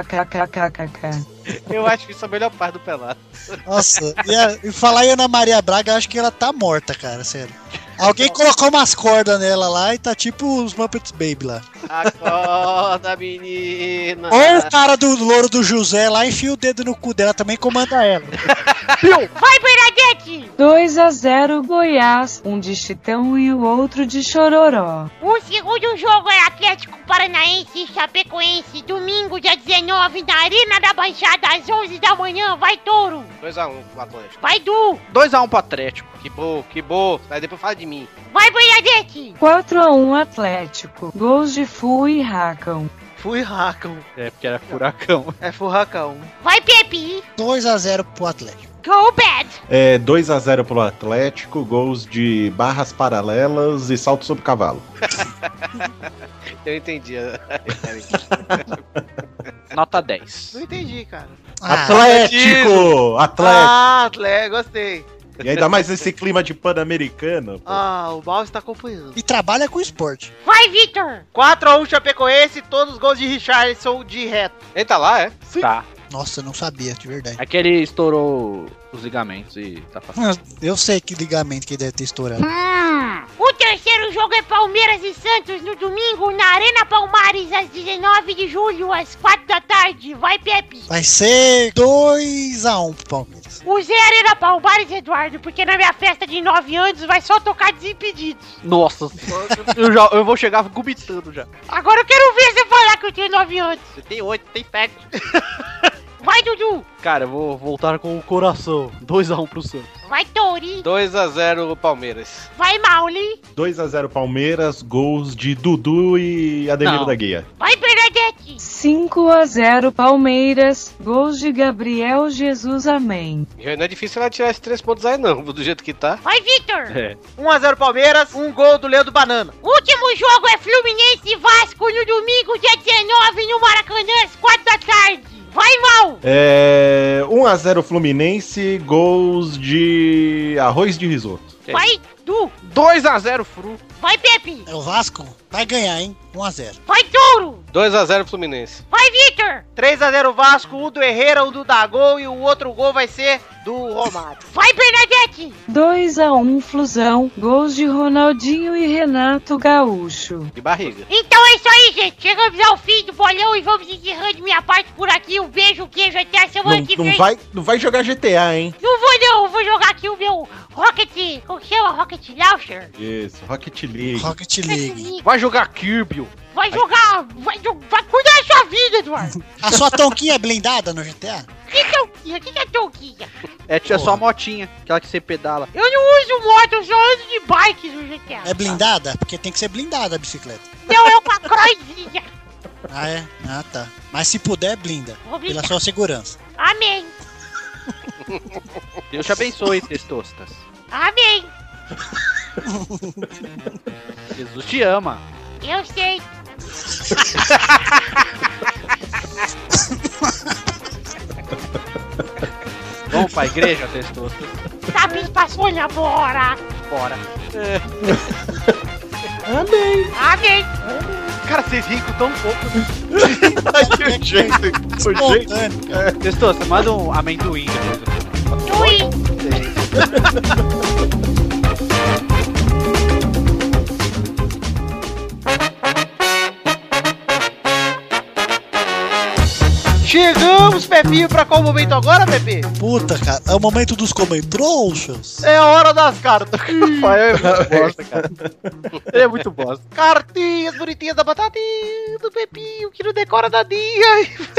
J: kkkkkkkkk.
A: eu acho que isso é a melhor parte do pelado.
C: Nossa, e, a- e falar em Ana Maria Braga, eu acho que ela tá morta, cara, sério. Alguém colocou umas cordas nela lá e tá tipo os Muppets Baby lá.
A: Acorda, menina.
C: Ou o cara do louro do José lá enfia o dedo no cu dela também e comanda ela.
I: Vai, Bernadette!
J: 2 a 0 Goiás, um de Chitão e o outro de Chororó.
I: O segundo jogo é Atlético Paranaense e Chapecoense, domingo, dia 19, na Arena da Baixada, às 11 da manhã. Vai, Touro!
A: 2x1 pro Atlético.
I: Vai, Du!
D: 2x1 pro Atlético.
A: Que bom, que bom. Aí depois fala de mim.
I: Vai, Bernadette!
J: 4 a 1 Atlético, gols de Fu e Racão.
E: Fui racão.
D: É, porque era furacão.
E: É furracão.
I: Vai, Pepe!
C: 2 a 0 pro Atlético.
I: Go, Bad!
B: É 2 a 0 pro Atlético, gols de barras paralelas e salto sobre cavalo.
A: Eu entendi.
D: Nota 10.
E: Não entendi, cara.
C: Ah,
B: Atlético! Atlético!
E: Ah, Atlético, gostei.
B: E ainda mais esse clima de pan-americano. pô.
E: Ah, o Balls tá acompanhando.
C: e trabalha com esporte.
I: Vai, Victor!
E: 4x1 Chapecoense, todos os gols de Richardson de reto.
A: Ele tá lá, é?
D: Tá.
C: Nossa, eu não sabia, de verdade.
D: É que ele estourou os ligamentos e tá passando.
C: Ah, Eu sei que ligamento que deve ter estourado.
I: O terceiro jogo é Palmeiras e Santos no domingo na Arena Palmares às 19 de julho às 4 da tarde. Vai, Pepe!
C: Vai ser 2 a 1 pro Palmeiras.
I: Usei a Arena Palmares, Eduardo, porque na minha festa de 9 anos vai só tocar Desimpedidos.
D: Nossa, eu, já, eu vou chegar vomitando já.
I: Agora eu quero ver você falar que eu tenho 9 anos.
E: Você tem 8, tem 7.
I: Vai, Dudu!
D: Cara, eu vou voltar com o coração. 2x1 pro Santos.
I: Vai, Tori!
A: 2x0 o Palmeiras.
I: Vai, Mauli!
B: 2 a 0 Palmeiras, gols de Dudu e Ademir
D: Não.
B: da Guia.
I: Vai, Bernadette!
J: 5 a 0 Palmeiras, gols de Gabriel Jesus, amém.
A: Não é difícil ela tirar esses três pontos aí, não, do jeito que tá.
I: Vai, Victor!
D: É.
E: 1x0 Palmeiras, um gol do Leandro Banana.
I: Último jogo é Fluminense e Vasco no domingo, dia 19, no Maracanã, às 4 da tarde. Vai, Mal!
B: É, 1 a 0 Fluminense, gols de arroz de risoto.
D: É.
I: Vai, Du!
D: 2x0 Fru.
I: Vai, Pepe!
C: É o Vasco? Vai ganhar, hein? 1 a 0
I: Vai, Touro!
A: 2x0 Fluminense.
I: Vai, Victor!
E: 3x0 Vasco, um do Herrera, um do Dagol e o outro gol vai ser do Romário.
I: Vai, Bernadette!
J: 2 a 1 Flusão, gols de Ronaldinho e Renato Gaúcho.
A: De barriga.
I: Então é isso aí, gente. Chegamos ao fim do bolão e vamos encerrando minha parte por aqui. Um beijo, um queijo, até a semana
B: Não,
I: que
B: não
I: vem.
B: vai, não vai jogar GTA, hein?
I: Não vou não, Eu vou jogar aqui o meu Rocket... Como que chama? Rocket Launcher?
B: Isso, Rocket League.
C: Rocket League.
D: Vai jogar Kirby.
I: Vai jogar... Vai, jo- vai cuidar da sua vida, Eduardo.
C: A sua tonquinha é blindada no GTA?
I: O que que é touquinha? O que que é touquinha?
D: É, é só a motinha, aquela que você pedala.
I: Eu não uso moto, eu só ando de bike no GTA.
C: É blindada? Porque tem que ser blindada a bicicleta.
I: Não, é uma croizinha.
C: Ah, é? Ah, tá. Mas se puder, blinda. Pela
I: Vou brincar.
C: sua segurança.
I: Amém.
D: Deus te abençoe, Testostas.
I: Amém.
D: Jesus te ama.
I: Eu sei.
D: Vamos pra igreja, Testostas.
I: Sabe Tá pra sonhar, bora.
D: Bora.
I: Amém. Amém.
G: Cara, vocês riem com tão pouco.
D: que jeito, jeito. Testostas, manda um amendoim.
I: Ui.
E: Chegamos, Pepinho, pra qual momento agora, Pepe?
C: Puta, cara, é o momento dos comentrouxas.
E: É a hora das cartas.
D: Rafael é muito bosta, cara. Ele é muito bosta.
E: Cartinhas bonitinhas da batatinha, do Pepinho, que não decora da dia.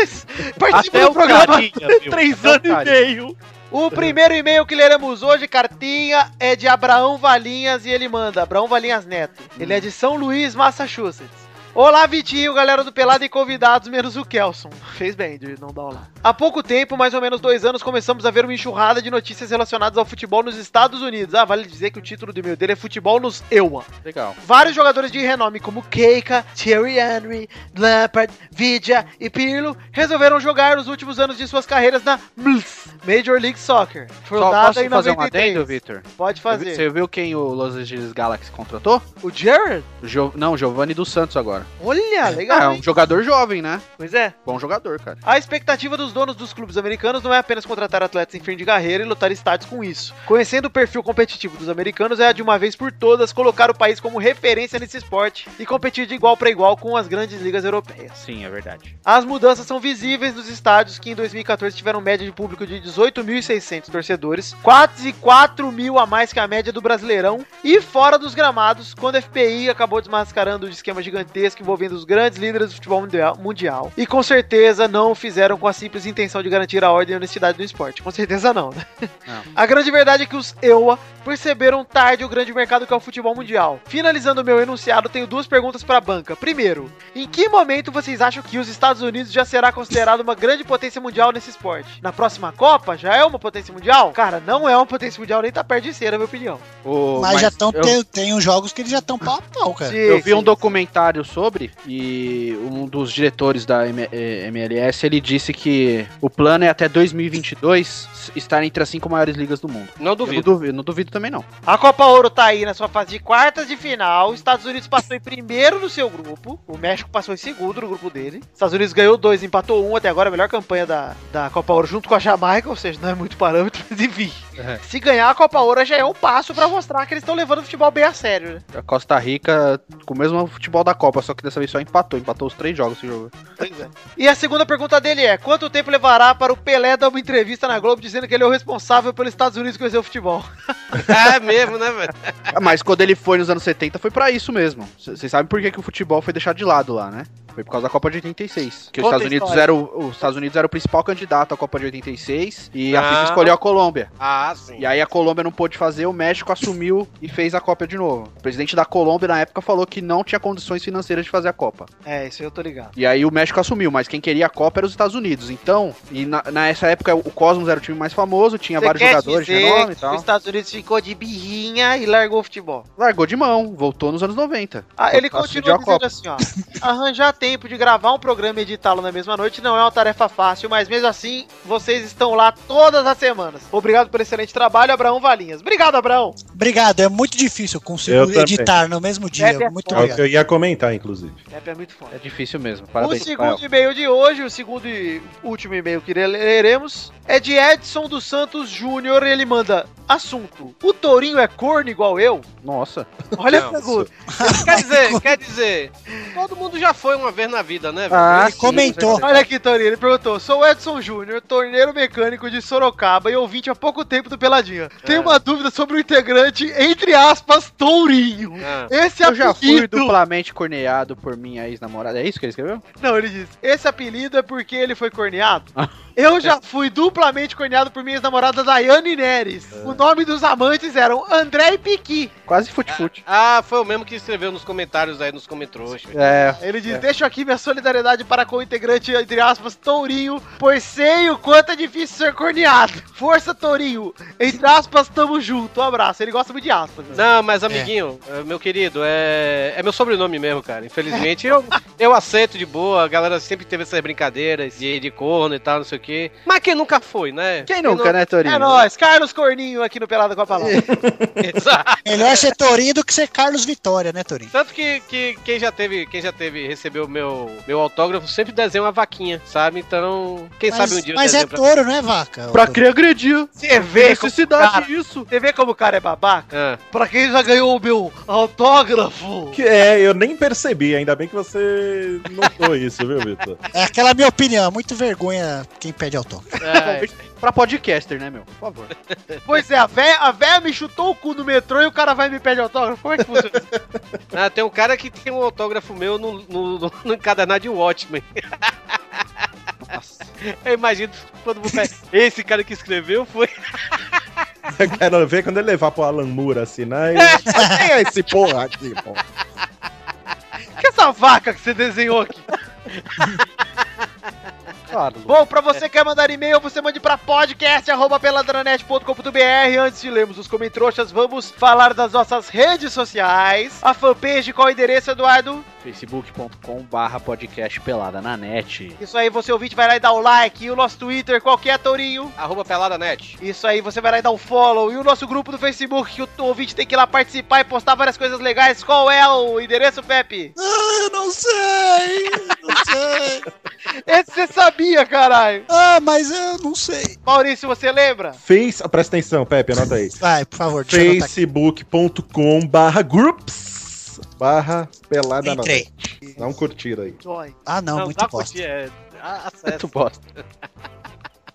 E: Participa
D: Até
E: do
D: o
E: programa
D: carinha, viu?
E: três
D: Até o
E: anos e
D: carinha.
E: meio. O primeiro e-mail que leremos hoje, cartinha, é de Abraão Valinhas e ele manda, Abraão Valinhas Neto. Ele é de São Luís, Massachusetts. Olá, Vitinho, galera do Pelado e convidados, menos o Kelson. Fez bem de não dar um olá. Há pouco tempo, mais ou menos dois anos, começamos a ver uma enxurrada de notícias relacionadas ao futebol nos Estados Unidos. Ah, vale dizer que o título do e-mail dele é Futebol nos EUA.
D: Legal.
E: Vários jogadores de renome como Keika, Thierry Henry, Lampard, Vidia e Pirlo resolveram jogar nos últimos anos de suas carreiras na MLS, Major League Soccer.
D: Só
E: Fundada
D: posso
E: em
D: fazer um
E: 93.
D: adendo, Victor?
E: Pode fazer.
D: Você viu quem o Los Angeles Galaxy contratou?
E: O Jared?
D: O Jo- não, o Giovanni dos Santos agora.
E: Olha,
D: Ah, é
E: legal. hein?
D: um jogador jovem, né?
E: Pois é.
D: Bom jogador, cara.
E: A expectativa dos donos dos clubes americanos não é apenas contratar atletas em fim de carreira e lotar estádios com isso. Conhecendo o perfil competitivo dos americanos, é a de uma vez por todas colocar o país como referência nesse esporte e competir de igual para igual com as grandes ligas europeias.
D: Sim, é verdade.
E: As mudanças são visíveis nos estádios que em 2014 tiveram média de público de 18.600 torcedores, quase 4 mil a mais que a média do Brasileirão, e fora dos gramados, quando a FPI acabou desmascarando o esquema gigantesco envolvendo os grandes líderes do futebol mundial- mundial. E com certeza não o fizeram com a simples intenção de garantir a ordem e a honestidade do esporte. Com certeza não, né?
D: Não.
E: A grande verdade é que os EUA perceberam tarde o grande mercado que é o futebol mundial. Finalizando o meu enunciado, tenho duas perguntas para a banca. Primeiro, em que momento vocês acham que os Estados Unidos já será considerado uma grande potência mundial nesse esporte? Na próxima Copa já é uma potência mundial? Cara, não é uma potência mundial, nem tá perto de ser, na minha opinião.
D: O-
C: Mas, já estão.
D: eu,
C: Tem, tem uns jogos que eles já estão pau a pau, cara.
D: eu vi um
E: sim.
D: documentário sobre e um dos diretores da M- eh, MLS ele disse que o plano é até 2022 estar entre as cinco maiores ligas do mundo.
A: Não
D: Eu não
A: duvido.
D: duvido, não duvido também não.
E: A Copa Ouro tá aí na sua fase de quartas de final. Os Estados Unidos passou em primeiro no seu grupo. O México passou em segundo no grupo dele. Os Estados Unidos ganhou dois, empatou um. Até agora, a melhor campanha da, da Copa Ouro junto com a Jamaica. Ou seja, não é muito parâmetro, mas enfim.
D: É.
E: Se ganhar a Copa Ouro já é um passo pra mostrar que eles estão levando o futebol bem a sério, né?
D: A Costa Rica com o mesmo futebol da Copa, só que dessa vez só empatou, empatou os três jogos que jogou.
E: é. E a segunda pergunta dele é: quanto tempo levará para o Pelé dar uma entrevista na Globo dizendo que ele é o responsável pelos Estados Unidos conhecer o futebol?
A: É mesmo, né, velho?
D: Ah, Mas quando ele foi nos anos 70 foi pra isso mesmo. C- Vocês sabem por que, que o futebol foi deixado de lado lá, né? Foi por causa da Copa de 86. Que os
E: Conta
D: Estados,
E: a
D: Unidos
E: história.
D: era o, os Estados Unidos era o principal candidato à Copa de 86 e a
A: Ah.
D: FIFA escolheu a Colômbia.
A: Ah, sim.
D: E aí a Colômbia não pôde fazer, o México assumiu e fez a Copa de novo. O presidente da Colômbia na época falou que não tinha condições financeiras de fazer a Copa.
E: É, isso aí eu tô ligado.
D: E aí o México assumiu, mas quem queria a Copa era os Estados Unidos. Então, e na, nessa época o Cosmos era o time mais famoso, tinha vários jogadores então. de renome e
E: que os
D: tal.
E: Estados Unidos ficou de birrinha e largou o futebol.
D: Largou de mão, voltou nos anos 90.
E: Ah, ele
D: Assumiu
E: continua
D: a
E: dizendo assim, ó. Arranjar tempo de gravar um programa e editá-lo na mesma noite não é uma tarefa fácil, mas mesmo assim, vocês estão lá todas as semanas. Obrigado pelo excelente trabalho, Abraão Valinhas. Obrigado, Abraão.
C: Obrigado, é muito difícil. Eu consigo
B: Eu também.
C: editar no mesmo dia.
E: Deve é
C: muito
B: É o que
C: obrigado.
B: eu ia comentar, inclusive.
E: Pepe é muito foda.
D: É difícil mesmo.
E: o
D: Parabéns,
E: segundo e-mail de hoje, o segundo e último e-mail que leremos, é de Edson dos Santos Júnior. Ele manda: Assunto: O tourinho é corno igual eu?
D: Nossa.
E: Olha
A: Não,
E: a pergunta.
A: Quer dizer, quer dizer, todo mundo já foi uma vez na vida, né, velho?
D: Ah,
A: Sim,
C: comentou.
E: Olha aqui, Torinho, ele perguntou: sou Edson Júnior, torneiro mecânico de Sorocaba e ouvinte há pouco tempo do Peladinha.
D: É.
E: Tenho uma dúvida sobre o integrante, entre aspas, Tourinho.
A: Ah,
E: Esse
D: eu já fui
E: apelido.
D: duplamente corneado por minha ex-namorada. É isso que ele escreveu?
E: Não, ele disse: esse apelido é porque ele foi corneado.
D: Ah.
E: Eu já fui É. duplamente corneado por minha ex-namorada Daiane Neres. O nome dos amantes eram André e Piqui.
D: Quase fute-fute.
A: Ah, foi o mesmo que escreveu nos comentários aí, nos comentrôs.
D: É.
E: Ele diz: Deixo aqui minha solidariedade para com o integrante, entre aspas, Tourinho, pois sei o quanto é difícil ser corneado. Força, Tourinho. Entre aspas, tamo junto. Um abraço. Ele gosta muito de aspas. né?
A: Não, mas amiguinho, eh, meu querido, é, é meu sobrenome mesmo, cara. Infelizmente, eu, eu aceito de boa. A galera sempre teve essas brincadeiras de, de corno e tal, não sei o quê. Mas quem nunca foi, né?
D: Quem nunca, né, Torinho?
E: É nóis, Carlos Corninho aqui no Pelado com a Palavra.
A: Exato.
C: Melhor ser Torinho do que ser Carlos Vitória, né, Torinho?
A: Tanto que, que quem já teve, quem já teve, recebeu meu, meu autógrafo, sempre desenha uma vaquinha, sabe? Então, quem
C: mas,
A: sabe um dia eu
C: mas é
A: desenho pra-
C: touro, não é vaca? ô
D: Pra
C: Torinho?
D: que agredir?
E: Você
D: Tem
E: vê, como,
D: necessidade
E: cara.
D: disso.
E: você vê como o cara é babaca?
A: Ah.
E: Pra quem já ganhou o meu autógrafo.
B: Que é, eu nem percebi, ainda bem que você notou isso, viu, Vitor?
C: É aquela minha opinião, é muito vergonha quem pede autógrafo.
A: É,
D: Pra podcaster, né, meu? Por favor.
E: Pois é, a véia, a véia me chutou o cu no metrô e o cara vai e me pede autógrafo. Como é que funciona?
A: Ah, tem um cara que tem um autógrafo meu no, no, no, no encadernado de Watchmen. Eu imagino quando você. Esse cara que escreveu foi.
B: Eu quero ver quando ele levar pro Alan Moore assinar. Ele... Quem é esse porra aqui, pô?
E: que essa vaca que você desenhou aqui? Bom, pra você que quer mandar e-mail, você mande pra podcast.peladranet.com.br. Antes de lermos os comentroxas, vamos falar das nossas redes sociais. A fanpage, qual é o endereço, Eduardo?
D: facebook.com barra podcast pelada na net.
E: Isso aí, você ouvinte, vai lá e dá o like. E o nosso Twitter, qual que é, Tourinho?
A: Arroba pelada net.
E: Isso aí, você vai lá e dá um follow. E o nosso grupo do Facebook, que o ouvinte tem que ir lá participar e postar várias coisas legais. Qual é o endereço, Pepe?
C: Ah, eu não sei! Não sei!
E: Esse você sabia, caralho.
C: Ah, mas eu não sei.
E: Maurício, você lembra?
B: Face... Presta atenção, Pepe, anota aí.
C: Vai, por favor, deixa eu anotar aqui.
B: facebook.com barra groups barra pelada na
C: Entrei.
B: net. Dá um curtir aí.
E: Joy.
C: Ah, não, muito
A: dá
C: bosta.
A: curtir, é. Ah, Acesso.
D: Tu bosta.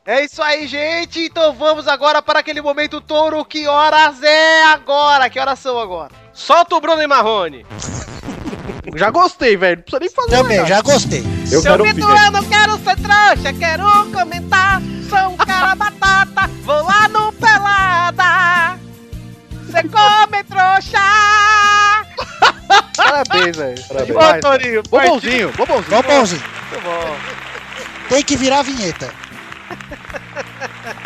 E: É isso aí, gente. Então vamos agora para aquele momento touro. Que horas é agora? Que horas são agora?
A: Solta o Bruno e Marrone.
D: Já gostei, velho. Não precisa nem fazer
C: Também, já gostei.
A: Tá
B: Eu quero ouvir.
I: Vitor, eu não quero ser trouxa, quero comentar. Sou um cara batata, vou lá no Pelada. Você come trouxa.
D: Parabéns, velho.
B: Parabéns.
E: Ô, Torinho,
D: Bobãozinho, bobãozinho.
C: Vamos, Bonzinho.
A: Tá
E: muito bom.
C: Tem que virar a vinheta.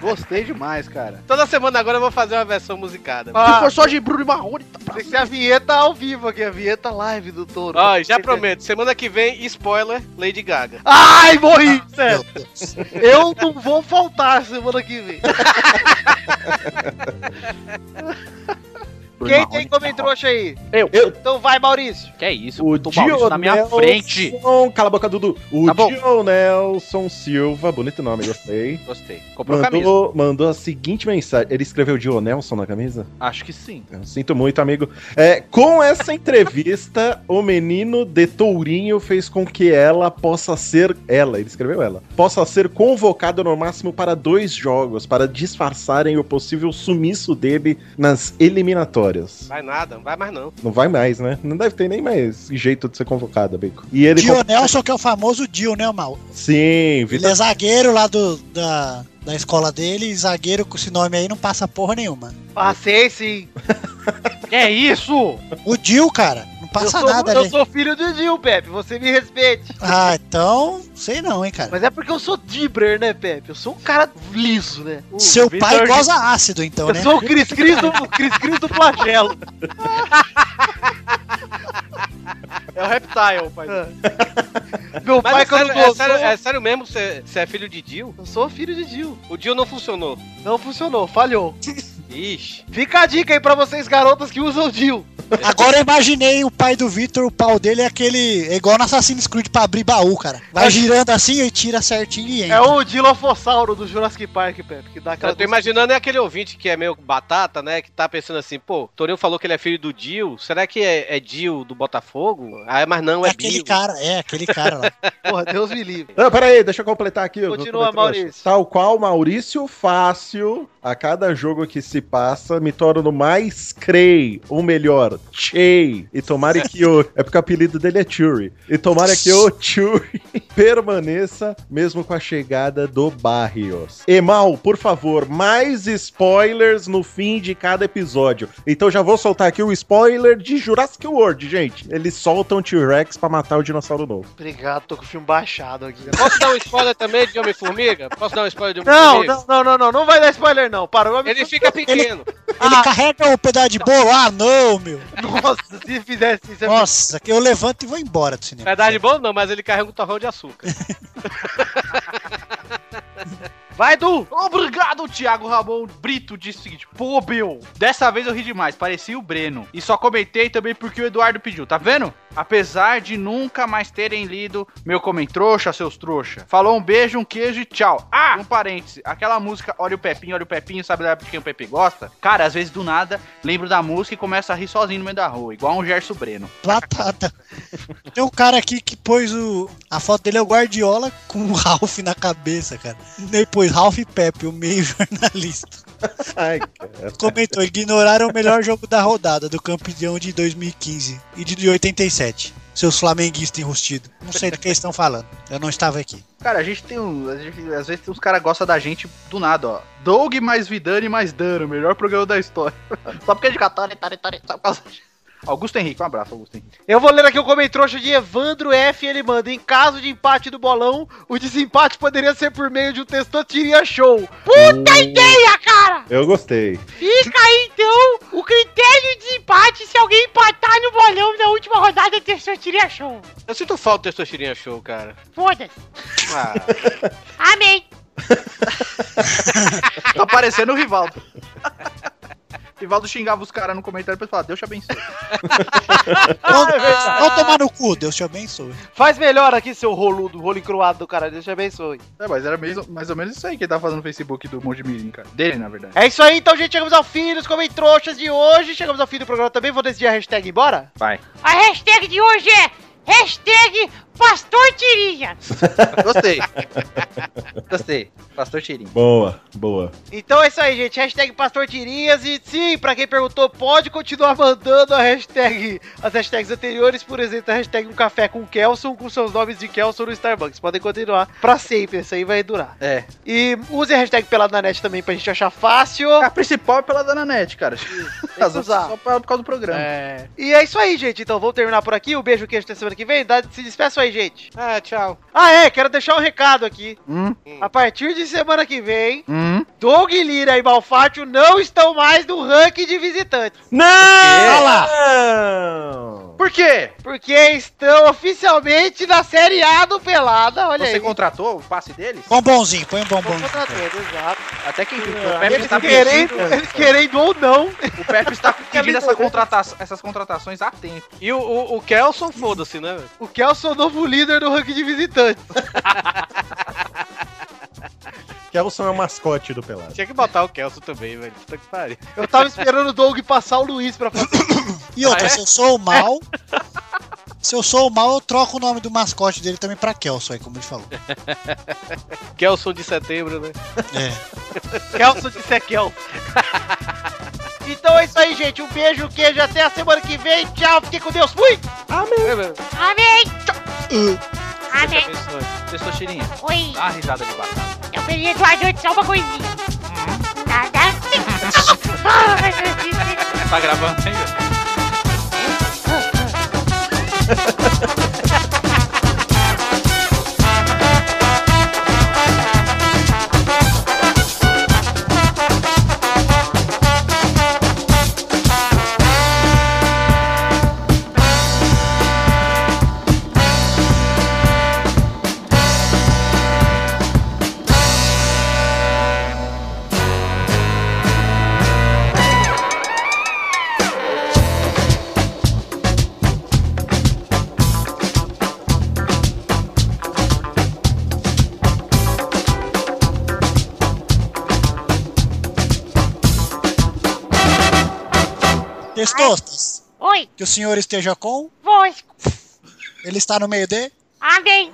D: Gostei demais, cara.
A: Toda semana agora eu vou fazer uma versão musicada.
E: Ah,
D: Se for só de Bruno e Marrone, tá pra
E: Tem que ser a vinheta ao vivo aqui, a vinheta live do touro.
A: Ó, já prometo, semana que vem, spoiler, Lady Gaga.
E: Ai, morri! sério.
A: É.
C: Meu Deus.
E: Eu não vou faltar semana que vem.
D: Bruno e
E: Quem
D: Marrone,
E: tem como trouxa aí?
D: Eu.
E: Então vai, Maurício.
D: Que é isso?
B: O
D: botou Maurício na minha
B: Dionelson-
D: frente.
B: Cala a boca, Dudu. O
D: Tá bom.
B: Dionelson Silva, bonito nome, gostei.
D: Gostei. Comprou a camisa.
B: Mandou, mandou a seguinte mensagem. Ele escreveu Dionelson na camisa?
D: Acho que sim.
B: Eu sinto muito, amigo. É, com essa entrevista, o menino de Tourinho fez com que ela possa ser. Ela, ele escreveu ela. Possa ser convocada no máximo para dois jogos, para disfarçarem o possível sumiço dele nas eliminatórias.
A: Vai nada, não vai mais não.
B: Não vai mais, né? Não deve ter nem mais jeito de ser convocada, Bico. E ele.
C: Dio Nelson, que é o famoso Dio, né, Mal?
B: Sim,
C: Ele
B: Vitor.
C: é zagueiro lá do, da, da escola dele, e zagueiro com esse nome aí não passa porra nenhuma.
E: Passei sim.
D: Que é isso?
C: O Dio, cara, não
E: Eu
C: passa
E: sou,
C: nada né?
E: eu
C: ali.
E: sou filho do Dil, Pepe. Você me respeite.
C: Ah, então, sei não, hein, cara.
E: Mas é porque eu sou Dibrer, né, Pepe? Eu sou um cara liso, né?
C: Seu
D: Vitor-
C: pai goza ácido, então,
E: Eu
C: né?
E: sou o Cris Cris do, o Cris Cris do flagelo.
D: É o Reptile, pai.
E: Ah. Meu
A: Mas
E: pai,
A: é, sério,
E: quando gozou,
A: é, sério, é sério mesmo, você você é filho de Dio?
E: eu sou filho de Dil.
A: O Dio não funcionou.
E: Não funcionou, falhou.
A: Ixi.
E: Fica a dica aí pra vocês, garotas que usam Dil.
C: Agora eu imaginei o pai do Victor, o pau dele é aquele. É igual no Assassin's Creed pra abrir baú, cara. Vai girando assim e tira certinho e
E: É
C: entra.
E: o Dilofossauro do Jurassic Park, Pepe, que dá aquela.
A: Eu tô imaginando é aquele ouvinte que é meio batata, né? Que tá pensando assim, pô, Torinho falou que ele é filho do Dio. Será que é, é Dio do Botafogo? Ah, mas não,
C: É
A: é,
C: aquele
A: Dio.
C: cara, é aquele cara lá.
E: Porra, Deus me livre.
B: Ah, peraí, deixa eu completar aqui. eu
E: Continua,
B: vou completar.
E: Maurício.
B: Tal qual Maurício Fácil, a cada jogo que se passa, me torno mais, creio, ou melhor, chamado Chey. E tomara que o. É porque o apelido dele é Churi. E tomara que o Churi permaneça mesmo com a chegada do Barrios. Emal, por favor, mais spoilers no fim de cada episódio. Então já vou soltar aqui o spoiler de Jurassic World, gente. Eles soltam o T-Rex pra matar o dinossauro novo.
E: Obrigado, tô com o filme baixado aqui.
A: Posso dar um spoiler também de Homem-Formiga? Posso dar um spoiler de
E: Não,
A: Homem-Formiga?
E: não, não, não, não, não vai dar spoiler não. Parou.
A: Ele fica pequeno.
C: Ele
E: Ah.
C: carrega o pedaço de bolo? Ah, não, meu.
E: Nossa, se fizesse isso, eu
C: Nossa, que eu levanto e vou embora do cinema.
A: Vai dar de É bom não, mas ele carrega um torrão de açúcar.
E: Vai, Du!
D: Obrigado, Thiago Ramon Brito. Disse o seguinte: Pô, Bill, dessa vez eu ri demais, parecia o Breno. E só comentei também porque o Eduardo pediu, tá vendo? Apesar de nunca mais terem lido meu comentrouxa, seus trouxa. Falou um beijo, um queijo e tchau. Ah, um parêntese. Aquela música Olha o Pepinho, Olha o Pepinho, sabe lá de quem o Pepe gosta? Cara, às vezes do nada lembro da música e começo a rir sozinho no meio da rua, igual um Gerson Breno.
C: Platada. Tem um cara aqui que pôs o. A foto dele é o Guardiola com o Ralph na cabeça, cara. E pôs Ralph e Pepe, o meio jornalista.
B: Ai, cara.
C: Comentou: ignoraram o melhor jogo da rodada do campeão de 2015 e de 87. Seus flamenguistas enrustidos. Não sei do que eles estão falando. Eu não estava aqui.
D: Cara, a gente tem um. a gente- às vezes tem uns caras gostam da gente do nada, ó. Doug mais Vidani mais Dano, melhor programa da história. Só porque é de Catane, tare, tare, só por causa de- Augusto Henrique, um abraço, Augusto Henrique.
E: Eu vou ler aqui o comentrouxa de Evandro F. Ele manda: Em caso de empate do bolão, o desempate poderia ser por meio de um testotirinha show.
I: Puta ideia, cara!
B: Eu gostei.
I: Fica aí então o critério de empate se alguém empatar no bolão na última rodada ter sua tirinha show.
A: Eu sinto falta do Testosterinha Show, cara.
I: Foda-se.
A: Ah,
I: Amém.
D: Tá parecendo o Rivaldo. Rivaldo xingava os caras no comentário e depois falava, Deus te abençoe.
A: Ah, é
C: Vão tomar no cu, Deus te abençoe.
E: Faz melhor aqui, seu roludo, rolo encruado do cara. Deus te abençoe.
D: É, mas era mais, mais ou menos isso aí que ele tava fazendo no Facebook do Monte Mirim, cara. Dele, na verdade.
E: É isso aí, então, gente. Chegamos ao fim dos comentrouxas de hoje. Chegamos ao fim do programa também. Vou decidir a hashtag embora?
D: Vai.
I: A hashtag de hoje é hashtag Pastor Tirinha.
D: Gostei. Gostei. Pastor Tirinho.
B: Boa, boa.
E: Então é isso aí, gente. Hashtag Pastor Tirinhas. E sim, pra quem perguntou, pode continuar mandando a hashtag, as hashtags anteriores. Por exemplo, a hashtag um café com Kelson, com seus nomes de Kelson no Starbucks. Podem continuar pra sempre. Isso aí vai durar.
D: É.
E: E use a hashtag Pelado na Net também pra gente achar fácil.
D: A principal é pela Dana Net, cara. As outras
E: usar.
D: só pra- por causa do programa.
E: É. E é isso aí, gente. Então vamos terminar por aqui. Um beijo, queijo até semana que vem. Dá- se despeça aí, gente.
A: ah, tchau.
E: Ah, é. Quero deixar um recado aqui.
D: Hum,
E: A partir de semana que vem,
D: hum.
E: Doug Lira e Malfátio não estão mais no ranking de visitantes.
B: Não!
D: Por quê?
E: Porque estão oficialmente na Série A do Pelada, olha
D: Você
E: aí.
D: contratou o passe deles?
C: Bom bonzinho, põe um bom
E: Estão
C: bonzinho.
E: contratando, exato.
D: Até que enfim, o Pepe
E: Ah, Eles
D: tá
E: querendo,
D: pedindo,
E: eles querendo ou não.
D: o Pepe está pedindo essa contrata essas contratações a tempo.
A: E o, o, o Kelson, foda-se, né? velho?
E: O Kelson é o novo líder do ranking de visitantes.
B: Kelson é o mascote do Pelado.
A: Tinha que botar o Kelson também, velho. Puta que pariu.
E: Eu tava esperando o Doug passar o Luiz pra fazer.
C: E
A: Ah, é?
C: outra, se eu sou o mal. Se eu sou o mal, eu troco o nome do mascote dele também pra Kelso aí, como ele falou.
A: Kelson de setembro, né?
C: É.
E: Kelson de Sequel. Então é isso aí, gente. Um beijo, queijo. Até a semana que vem. Tchau. Fiquem com Deus. Fui!
I: Amém. Amém.
D: Testou tirinha.
I: Oi.
D: Dá uma risada de batata.
I: Eu queria Eduardo antes só uma coisinha. Nada.
D: Tá gravando ainda?
C: Testostas,
I: Oi.
C: que o senhor esteja com.
I: Vós.
C: Ele está no meio de.
I: Amém.